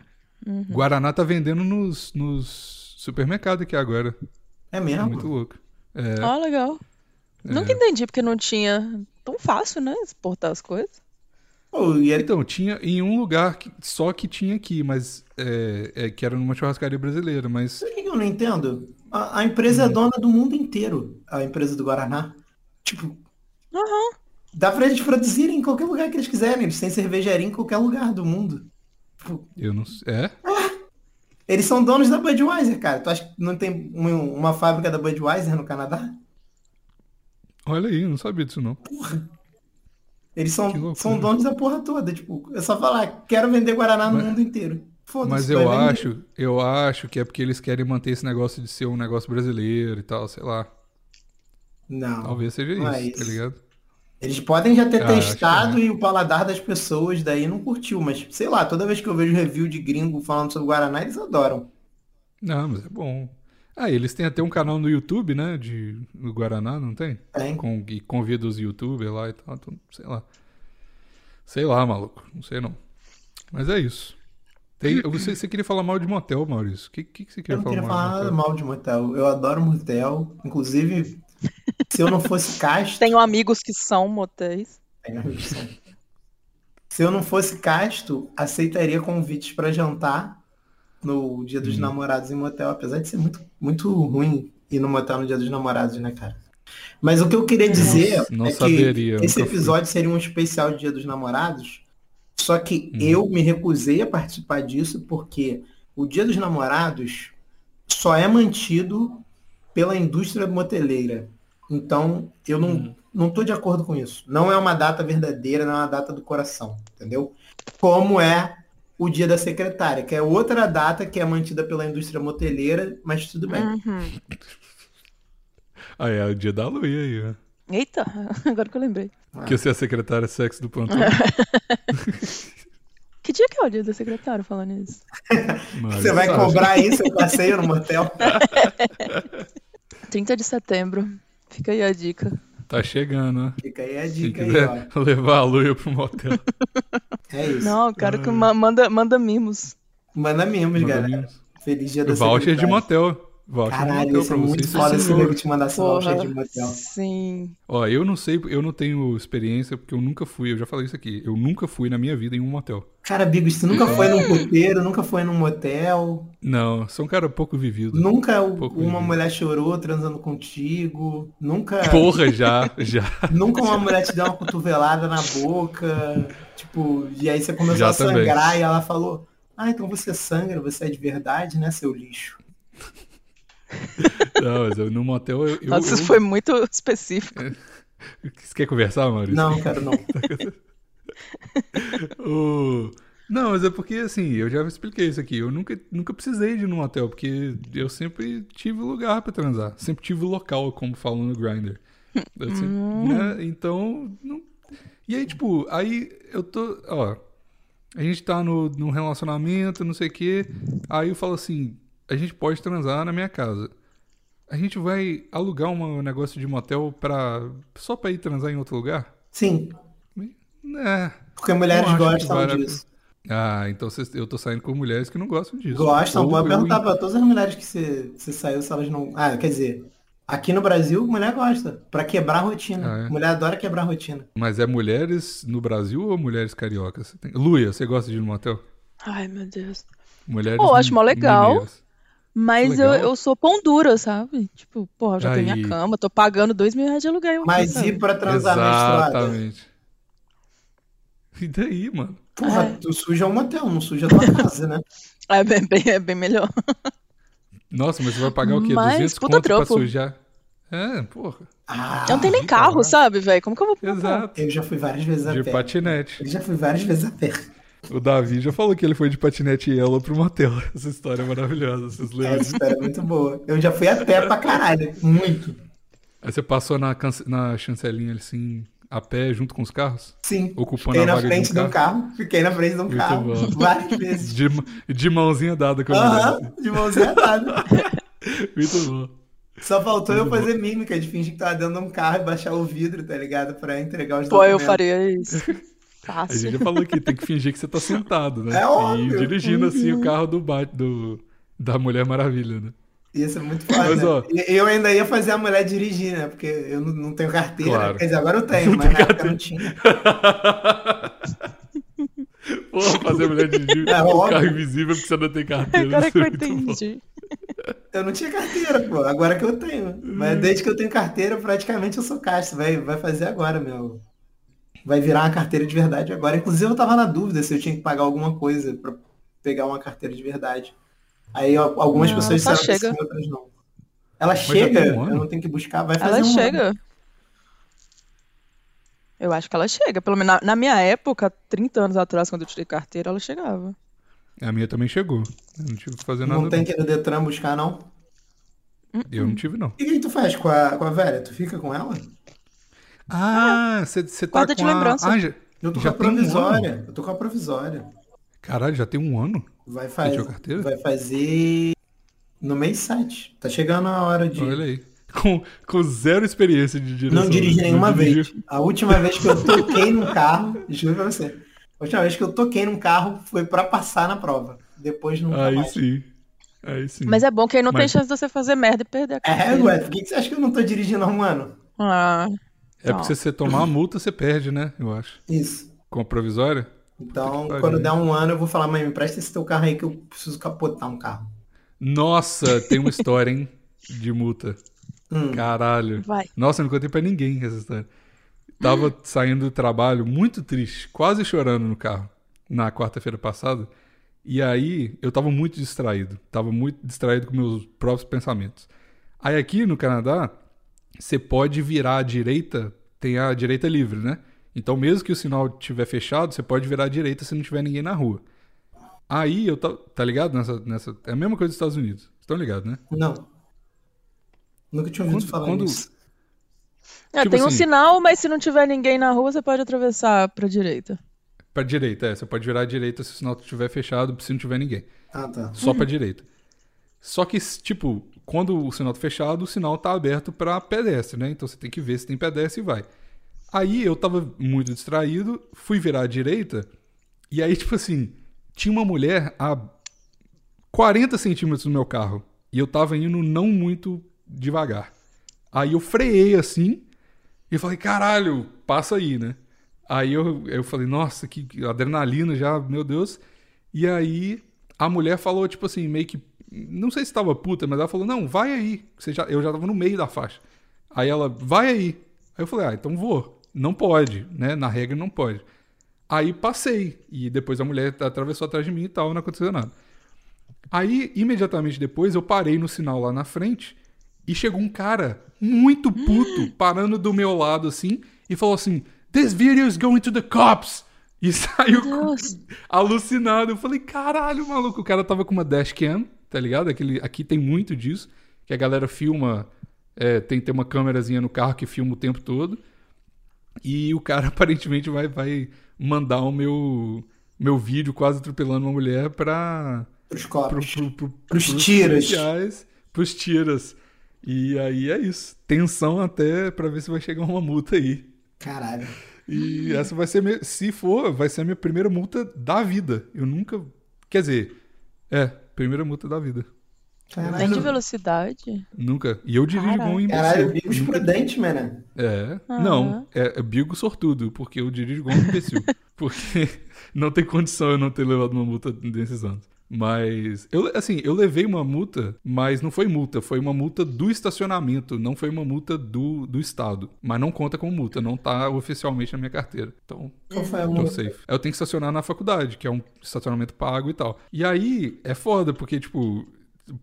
Guaraná tá vendendo nos, nos supermercados aqui agora.
É
É
mesmo?
muito louco. É,
Ah, legal. Nunca
É.
entendi porque não tinha. Tão fácil, né? Exportar as coisas.
Pô, e é-
Então, tinha em um lugar que- só que tinha aqui, mas. é, é, que era numa churrascaria brasileira, mas.
Sabe o que eu não entendo? A, a
Hum.
empresa é dona do mundo inteiro, a empresa do Guaraná. Tipo, dá pra eles produzirem em qualquer lugar que eles quiserem. Eles têm cervejaria em qualquer lugar do mundo. Tipo,
Eu não sei. É?
Eles são donos da Budweiser, cara. Tu acha que não tem um- uma fábrica da Budweiser no Canadá?
Olha aí, eu não sabia disso não.
Eles
Que
são,
loucura.
são donos da porra toda. Tipo, é só falar, quero vender Guaraná no
Mas-
mundo inteiro. Foda-se,
Mas
vai
eu
vender.
acho, eu acho que é porque eles querem manter esse negócio de ser um negócio brasileiro e tal, sei lá.
Não.
Talvez seja isso,
Não é
tá
isso.
ligado?
Eles podem já ter
Ah, acho que
testado
não.
e o paladar das pessoas daí não curtiu, mas sei lá, toda vez que eu vejo review de gringo falando sobre Guaraná, eles adoram.
Não, mas é bom. Ah, eles têm até um canal no YouTube, né? De do Guaraná, não tem?
Tem.
Com, e convida os youtubers lá e tal, então, sei lá. Sei lá, maluco. Não sei não. Mas é isso. Tem- você, você queria falar mal de motel, Maurício? O que, que, né, que você
Hum. Eu
queria
não
falar
queria
mal
falar
de
nada
motel?
mal de motel. Eu adoro motel. Inclusive, se eu não fosse casto,
Tenho amigos que são motéis.
Tem a opção. Se eu não fosse casto, aceitaria convites pra jantar no Dia dos
Uhum.
Namorados em motel, apesar de ser muito, muito ruim ir no motel no Dia dos Namorados, né, cara? Mas o que eu queria dizer
não
é
saberia,
que esse
nunca fui.
episódio seria um especial
Uhum.
de Dia dos Namorados, só que eu me recusei a participar disso porque o Dia dos Namorados só é mantido pela indústria moteleira. Então, eu não,
Uhum.
não tô de acordo com isso. Não é uma data verdadeira, não é uma data do coração, entendeu? Como é o Dia da Secretária, que é outra data que é mantida pela indústria moteleira, mas tudo bem.
Uhum.
Ah, é o dia da lua aí, ó.
Eita, agora que eu lembrei.
Que você é a secretária sexo do plantão.
Que dia que é o dia do secretário falando isso?
Mas-
Você vai cobrar isso, eu passeio no motel.
30 de setembro. Fica aí a dica.
Tá chegando, né?
Fica aí a
Se
dica aí, ó.
quiser levar a Luia pro motel.
É isso.
Não, o cara que ma- manda, manda mimos.
Manda mimos,
Manda
galera.
mimos.
Feliz dia da
Voucher de
secretária.
motel. Voucher de
Caralho,
motel
isso
pra
é
você.
muito
Isso
foda
é
esse
seguro.
nego te mandar esse voucher de
Porra.
motel.
Sim.
Ó, eu não sei, eu não tenho experiência, porque eu nunca fui, eu já falei isso aqui, eu nunca fui na minha vida em um motel.
Cara, Bigos, tu nunca foi num puteiro, nunca foi num motel,
Não, sou um cara pouco vivido.
nunca o-
Pouco
uma
mesmo. Tipo,
mulher chorou transando contigo, nunca,
é.
Porra, já, já,
nunca uma mulher te deu uma cotovelada na boca, tipo, e aí você começou
Já
a sangrar
também.
e ela falou, ah, então você sangra, você é de verdade, né, seu lixo?
não, mas eu- no motel eu... eu,
Nossa, isso
eu-
foi muito específico.
Você quer conversar, Maurício?
Não, cara, não.
O- Não, mas é porque, assim, eu já expliquei isso aqui, eu nunca, nunca precisei de ir num motel, porque eu sempre tive lugar pra transar, sempre tive local, como falam no Grindr. Eu sempre- né? Então, não- E aí, tipo, aí eu tô. Ó, a gente tá no, num relacionamento, não sei o quê. Aí eu falo assim: a gente pode transar na minha casa. A gente vai alugar um negócio de motel pra, só pra ir transar em outro lugar?
Sim,
Né.
porque mulheres
Não acho que
gostam
vale a
disso.
Ah, então cês- eu tô saindo com mulheres que não gostam disso.
Gostam,
Ou
pode
eu-
perguntar pra todas as mulheres que você, você saiu se elas não. Ah, quer dizer, aqui no Brasil, mulher gosta. Pra quebrar a rotina.
Ah, é?
Mulher adora quebrar a rotina.
Mas é mulheres no Brasil ou mulheres cariocas? Você tem- Luia, você gosta de ir no motel?
Ai, meu Deus.
Mulheres
Pô, acho mó legal.
mineiras.
Mas eu,
Legal.
eu sou pão dura, sabe? Tipo, porra, eu já tenho
Aí.
minha cama, tô pagando dois mil reais de aluguel. aqui,
Mas
sabe?
e pra transar menstruada?
Exatamente. E daí, mano?
Porra,
Ai.
tu suja o motel, não suja a tua casa, né?
É bem, bem- é bem melhor.
Nossa, mas você vai pagar o quê?
Mas,
200
puta
conto pra
troco.
sujar? É, porra.
Ah,
Eu não tenho nem
que
carro,
barato.
sabe, velho? Como que eu vou comprar?
Exato.
eu já fui várias vezes a
De
pé.
patinete.
Eu já fui várias vezes a pé.
O Davi já falou que ele foi de patinete e ela pro motel. Essa história é maravilhosa, vocês lembram?
Essa história é muito boa. Eu já fui a pé pra caralho. Muito.
Aí você passou na, cance- na chancelinha assim, a pé, junto com os carros?
Sim.
Ocupando
Fiquei
a
na
vaga de
frente
um
de um
carro?
carro. Fiquei na frente de um
Muito
carro.
bom.
Várias vezes.
De, mão- de mãozinha dada com a
Aham,
mulher. né?
de mãozinha dada.
Muito bom.
Só faltou eu fazer mímica de fingir que tava dentro de um carro e baixar o vidro, tá ligado? Pra entregar os
Pô, eu
documentos.
faria isso.
A gente
Fácil.
já falou que tem que fingir que você tá sentado, né?
É óbvio. Uhum.
E dirigindo assim o carro do, Bat- do da Mulher Maravilha, né?
Ia ser muito foda.
Mas,
né?
ó-
E- Eu ainda ia fazer a mulher dirigir, né? Porque eu não, não tenho carteira. né?
Claro.
Quer dizer, agora eu tenho,
Não
mas na
tem
época eu
carteira.
não tinha.
Pô, fazer a mulher dirigir
É
o
óbvio.
carro invisível porque você não tem carteira.
Agora
isso
que
é
eu
muito bom.
entendi.
Eu não tinha carteira, pô. Agora que eu tenho.
Uhum.
Mas desde que eu tenho carteira, praticamente eu sou caixa. Vai, vai fazer agora, meu. Vai virar uma carteira de verdade agora. Inclusive, eu tava na dúvida se eu tinha que pagar alguma coisa pra pegar uma carteira de verdade. Aí ó, algumas
Ah,
Não,
pessoas
ela só
disseram que
chega.
sim, outras não. Ela
já
chega,
tem um ano.
eu não tenho que buscar, vai fazer
Ela
um ano.
chega. Eu acho que ela chega. Pelo menos na, na minha época, 30 anos atrás, quando eu tirei carteira, ela chegava.
Hum. A minha também chegou. Eu não tive que fazer nada.
Não tem que ir no Detran buscar, não.
não. Eu não tive, não.
E o que tu faz com a, com a velha? Tu fica com ela?
Ah, você você tá
guarda de
com a...
lembrança.
Ah, já...
Eu tô
Já
com
tem
a
um ano?
provisória. Eu tô com a provisória.
Caralho, já tem um ano?
Vai
Você
fazer.
tirou carteira?
Vai fazer no mês 7. Tá chegando a hora de.
Olha aí. Com, com zero experiência de direção.
não dirigi
né?
nenhuma
dirigi.
vez. A última vez que eu toquei num carro, juro pra você. A última vez que eu toquei num carro foi pra passar na prova. Depois nunca
Aí
mais.
sim. Aí sim.
Mas é bom que aí não tem
Mas-
chance de você fazer merda e perder a
É,
carteira.
ué, por que que você acha que eu não tô dirigindo há um ano?
Ah,
É porque se você tomar a multa, você perde, né? Eu acho.
Isso.
Com a provisória?
Então,
Puta que
quando
pariu.
der um ano, eu vou falar, mãe, me presta esse teu carro aí que eu preciso capotar um carro.
Nossa, tem uma história, hein? De multa.
Hum.
Caralho.
vai.
Nossa, eu não contei pra ninguém essa história. Tava saindo do trabalho muito triste, quase chorando no carro, na quarta-feira passada. E aí eu tava muito distraído. Tava muito distraído com meus próprios pensamentos. Aí aqui no Canadá, você pode virar à direita, tem a direita livre, né? Então mesmo que o sinal estiver fechado, você pode virar à direita se não tiver ninguém na rua. Aí eu tava. Tá ligado? Nessa, nessa, é a mesma coisa dos Estados Unidos. Estão ligados, né?
Não. Nunca tinha ouvido
Quando-
falar
quando-
nisso.
É,
Tipo
tem um
assim-
sinal, mas se não tiver ninguém na rua, você pode atravessar pra direita.
Pra direita, é. Você pode virar à direita se o sinal estiver fechado, se não tiver ninguém.
Ah, tá.
Só pra direita. Só que, tipo, quando o sinal tá fechado, o sinal tá aberto pra pedestre, né? Então você tem que ver se tem pedestre e vai. Aí eu tava muito distraído, fui virar à direita, e aí, tipo assim, tinha uma mulher a 40 centímetros do meu carro. E eu tava indo não muito devagar. Aí eu freiei assim, e falei, caralho, passa aí, né? Aí eu, eu falei, nossa, que que adrenalina já, meu Deus. E aí a mulher falou, tipo assim, meio que. Não sei se tava puta, mas ela falou, não, vai aí. Você já, eu já tava no meio da faixa. Aí ela, vai aí. Aí eu falei, ah, então vou. Não pode, né? Na regra não pode. Aí passei. E depois a mulher atravessou atrás de mim e tal, não aconteceu nada. Aí, imediatamente depois, eu parei no sinal lá na frente e chegou um cara muito puto parando do meu lado assim e falou assim: This video is going to the cops! E saiu com-
Deus.
alucinado. Eu falei: Caralho, maluco, o cara tava com uma dashcam, tá ligado? Aquele, aqui tem muito disso, que a galera filma, é, tem que ter uma câmerazinha no carro que filma o tempo todo. E o cara aparentemente vai, vai mandar o meu, meu vídeo quase atropelando uma mulher pra
Pros
pro,
copos.
pro, pro,
Pros tiras.
policiais, pros tiras. E aí é isso. Tensão até pra ver se vai chegar uma multa aí.
Caralho.
E essa vai ser, minha- se for, vai ser a minha primeira multa da vida. Eu nunca. Quer dizer, é, primeira multa da vida.
Tem de
Caralho,
velocidade?
Nunca. E eu dirijo
Caraca.
igual um
Caralho
imbecil.
bigos prudente, mano.
É.
Aham.
Não, é, é bigo sortudo, porque eu dirijo igual um imbecil. porque não tem condição eu não ter levado uma multa nesses anos. Mas, eu, assim, eu levei uma multa, mas não foi multa, foi uma multa do estacionamento, não foi uma multa do, do Estado. Mas não conta como multa, não tá oficialmente na minha carteira. Então,
Qual foi a
Tô
música?
safe. É, Eu tenho que estacionar na faculdade, que é um estacionamento pago e tal. E aí é foda, porque, tipo,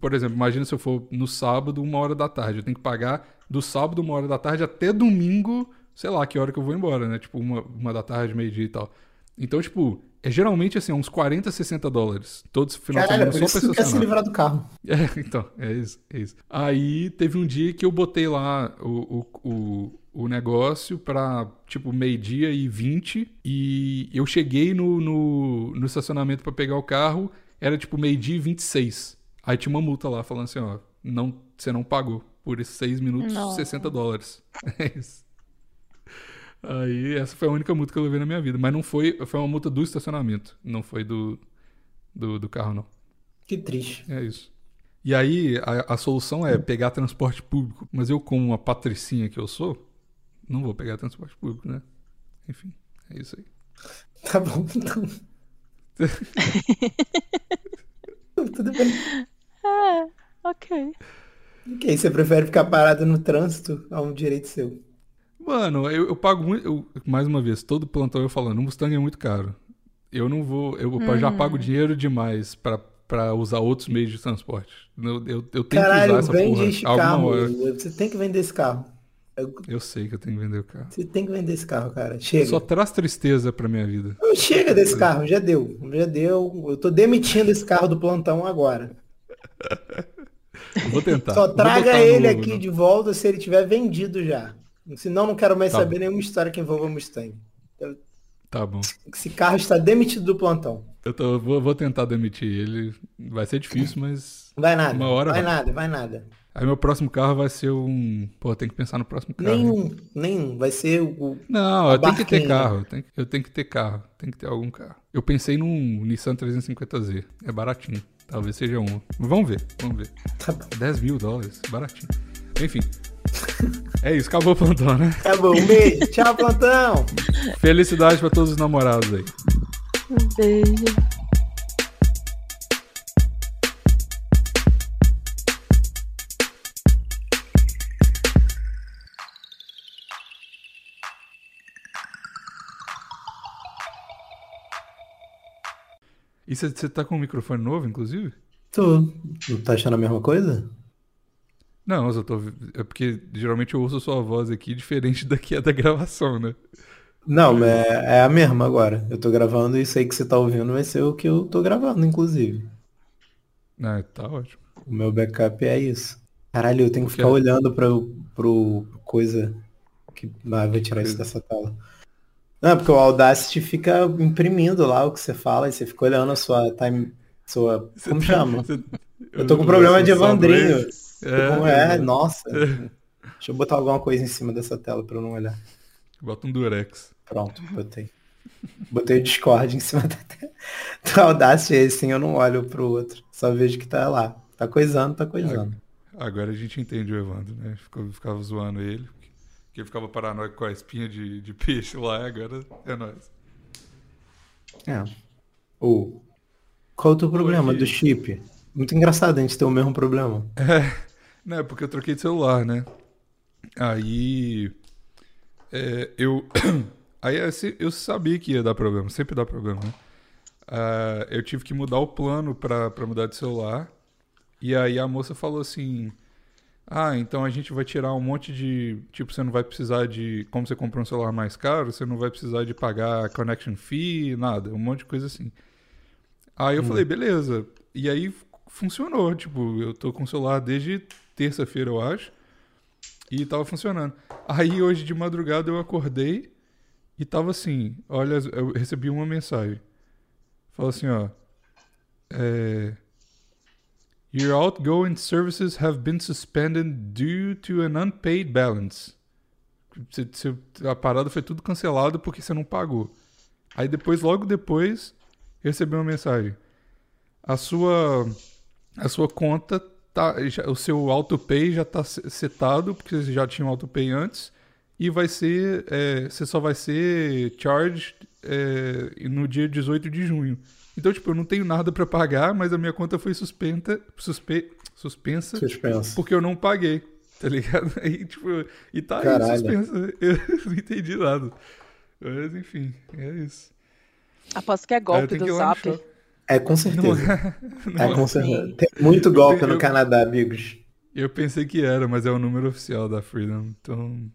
por exemplo, imagina se eu for no sábado, uma hora da tarde. Eu tenho que pagar do sábado, uma hora da tarde, até domingo, sei lá que hora que eu vou embora, né? Tipo, uma, uma da tarde, meio-dia e tal. Então, tipo, é geralmente assim, uns 40, 60 dólares. Todos os finais de
Caralho,
semana
por
só pra
isso que não quer se
estacionar.
livrar do carro.
É, então, é isso, é isso. Aí teve um dia que eu botei lá o, o, o, o negócio pra, tipo, meio-dia e 20, e eu cheguei no, no, no estacionamento pra pegar o carro, era tipo meio-dia e 26. Aí tinha uma multa lá falando assim, ó, não, você não pagou por esses 6 minutos,
Não.
60 dólares. É isso. Aí essa foi a única multa que eu levei na minha vida, mas não foi, foi uma multa do estacionamento, não foi do, do, do carro, não.
Que triste.
É isso. E aí, a, a solução é pegar transporte público. Mas eu, como uma patricinha que eu sou, não vou pegar transporte público, né? Enfim, é isso aí.
Tá bom, então. Tudo bem.
É, Ok.
Que aí você prefere ficar parado no trânsito a um direito seu.
Mano, eu, eu pago muito. eu- mais uma vez, todo plantão eu falando, o Mustang é muito caro. Eu não vou. Eu
Hum.
já pago dinheiro demais pra, pra usar outros meios de transporte. Eu, eu- eu tenho que usar
Caralho,
essa
vende
porra
este
alguma
carro.
hora.
Você tem que vender esse carro.
Eu sei que eu tenho que vender o carro.
Você tem que vender esse carro, cara. Chega.
Só traz tristeza pra minha vida.
Não, Chega desse carro, já deu. Já deu. Eu tô demitindo esse carro do plantão agora.
Eu vou tentar.
Só
Tá. Vou
traga
botar
ele
no- né?
aqui
no-
de volta se ele tiver vendido já. Senão não quero mais
Tá.
saber nenhuma história que envolva Mustang.
Tá bom.
Esse carro está demitido do plantão.
Eu tô- vou, vou tentar demitir ele. Vai ser difícil, mas.
Vai nada.
Uma hora
vai
vai.
nada, vai nada.
Aí meu próximo carro vai ser um. Pô, tem que pensar no próximo carro.
Nenhum, nenhum. Vai ser o. o-
Não, eu tenho que ter
Barquinho.
carro. Eu tenho, que- eu tenho que ter carro. Tem que ter algum carro. Eu pensei num Nissan 350Z. É baratinho. Talvez seja um. Vamos ver, vamos ver.
Tá bom.
10 mil dólares, baratinho. Enfim. É isso, acabou o plantão, né?
Tá bom, um beijo. Tchau, plantão.
Felicidade pra todos os namorados aí.
Um beijo.
E você- você tá com um microfone novo, inclusive?
Tu não tá achando a mesma coisa?
Não, eu só tô. É porque geralmente eu ouço a sua voz aqui diferente da que é da gravação, né?
Não, mas é é a mesma agora. Eu tô gravando e isso aí que você tá ouvindo vai ser o que eu tô gravando, inclusive.
Ah, tá ótimo.
O meu backup é isso. Caralho, eu tenho que
Porque-
ficar olhando pra, pro coisa que. Ah, eu vou tirar isso dessa tela. Não, porque o Audacity fica imprimindo lá o que você fala e você fica olhando a sua time. Sua.
Você
Como
tá-
chama?
você-
Eu tô com problema de Evandrinho. Como é?
É,
Nossa. Deixa eu botar alguma coisa em cima dessa tela pra eu não olhar.
Bota um durex.
Pronto, botei. Botei o Discord em cima da tela. Do Audacity, aí sim eu não olho pro outro. Só vejo que tá lá. Tá coisando, tá coisando.
Agora a gente entende o Evandro, né? Ficou, ficava zoando ele. Porque ele ficava paranoico com a espinha de, de peixe lá, agora é nóis.
É. Ou. Qual é o teu problema
Hoje-
do chip? Muito engraçado a gente ter o mesmo problema.
Não, é porque eu troquei de celular, né? Aí. é, eu. Aí eu se- eu sabia que ia dar problema, sempre dá problema, né? Ah, eu tive que mudar o plano pra, pra mudar de celular. E aí a moça falou assim: Ah, então a gente vai tirar um monte de. Tipo, você não vai precisar de. Como você comprou um celular mais caro, você não vai precisar de pagar connection fee, nada, um monte de coisa assim. Aí eu falei: Beleza. E aí funcionou. Tipo, eu tô com o celular desde terça-feira, eu acho. E tava funcionando. Aí hoje de madrugada eu acordei e tava assim, olha, eu recebi uma mensagem. Falou assim, ó. É, Your outgoing services have been suspended due to an unpaid balance. Se- se- A parada foi tudo cancelado porque você não pagou. Aí depois, logo depois, eu recebi uma mensagem. A sua a sua conta tá, já- o seu autopay já está setado porque você já tinha um autopay antes e vai ser é, você só vai ser charged é, no dia 18 de junho. Então tipo eu não tenho nada para pagar, mas a minha conta foi suspensa, suspe, suspensa
Suspenso.
porque eu não paguei. Tá ligado? Aí, tipo, e tá aí
Caralho.
suspensa. Eu não entendi nada. Mas enfim, é isso.
Aposto que é
Aí eu
golpe
tenho
do
que ir lá no
zap.
shopping.
É com
Não
certeza.
é- não
É
é.
com certeza. Tem muito golpe no Canadá, amigos.
Eu pensei que era, mas é o número oficial da Freedom, então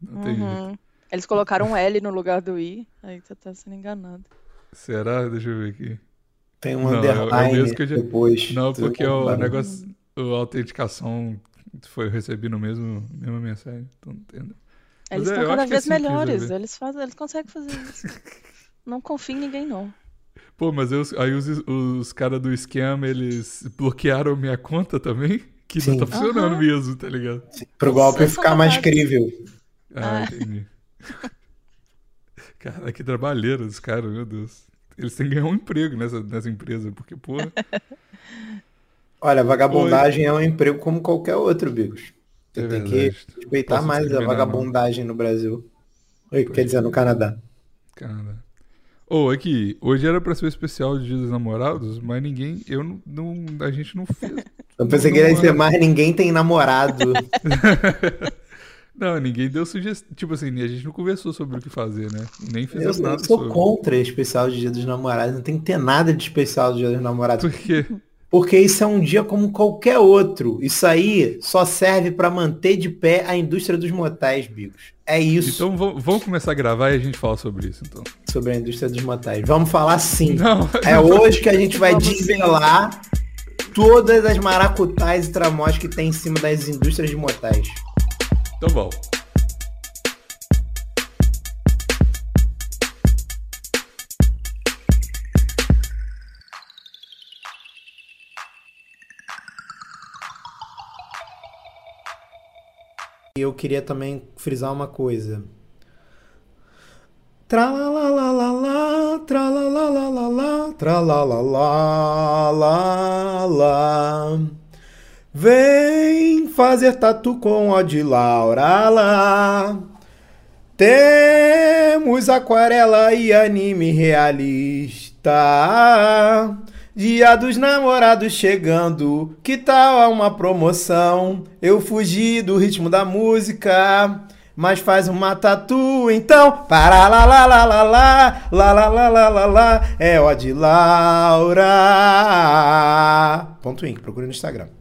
não tem jeito.
Uhum. Eles colocaram um L no lugar do I, aí você tá sendo enganado.
Será? Deixa eu ver aqui.
Tem um
Não, é- é o
underline
mesmo que eu já-
depois.
Não,
Tu-
porque é o negócio, a autenticação foi eu recebi no mesmo mesma mensagem, então não entendo. Mas
Eles
é,
estão
eu
cada
acho que é
vez
simples,
melhores,
né?
eles, fazem, eles conseguem fazer isso. Não confia em ninguém, não.
Pô, mas eu, aí os, os caras do scam, eles bloquearam minha conta também? Que
Sim.
não tá funcionando
Aham.
mesmo, tá ligado?
Pro golpe
Vocês são
ficar mais
capazes.
crível.
Ah,
Ah.
entendi. Cara, que trabalheira dos caras, meu Deus. Eles têm que ganhar um emprego nessa, nessa empresa, porque, porra.
Olha, vagabundagem é um emprego como qualquer outro, Bigos. Você
É
tem que
verdade.
respeitar
Posso né?
mais a
discriminar, não.
vagabundagem no Brasil. Oi,
Pois é.
quer dizer, no Canadá.
Cara. Ô, aqui, hoje era pra ser o especial de Dia dos Namorados, mas ninguém, eu não, não- a gente não fez.
Eu pensei que ele ia
Não, é.
dizer, mas ninguém tem namorado.
Não, ninguém deu sugestão, tipo assim, a gente não conversou sobre o que fazer, né? E nem
Eu, eu
fizemos nada
sou
sobre.
contra especial de Dia dos Namorados. Não tem que ter nada de especial de Dia dos Namorados.
Por quê?
Porque isso é um dia como qualquer outro. Isso aí só serve pra manter de pé a indústria dos motéis, Bigos. É isso
Então vamos vamos começar a gravar e a gente fala sobre isso, então.
sobre a indústria dos motéis. Vamos falar sim.
Não,
É hoje que a gente vai
Vamos sim.
desvelar todas as maracutais e tramós que tem em cima das indústrias de motéis.
então bom.
E eu queria também frisar uma coisa. Tralalalala, tralalalala, tralalalala. Vem fazer tatu com ó de Laura lá. Temos aquarela e anime realista. Dia dos namorados chegando, que tal uma promoção? Eu fugi do ritmo da música, mas faz uma tatu então. Para lá lá lá lá lá, lá lá lá lá lá lá, é ó de Laura. Ponto Inc, procure no Instagram.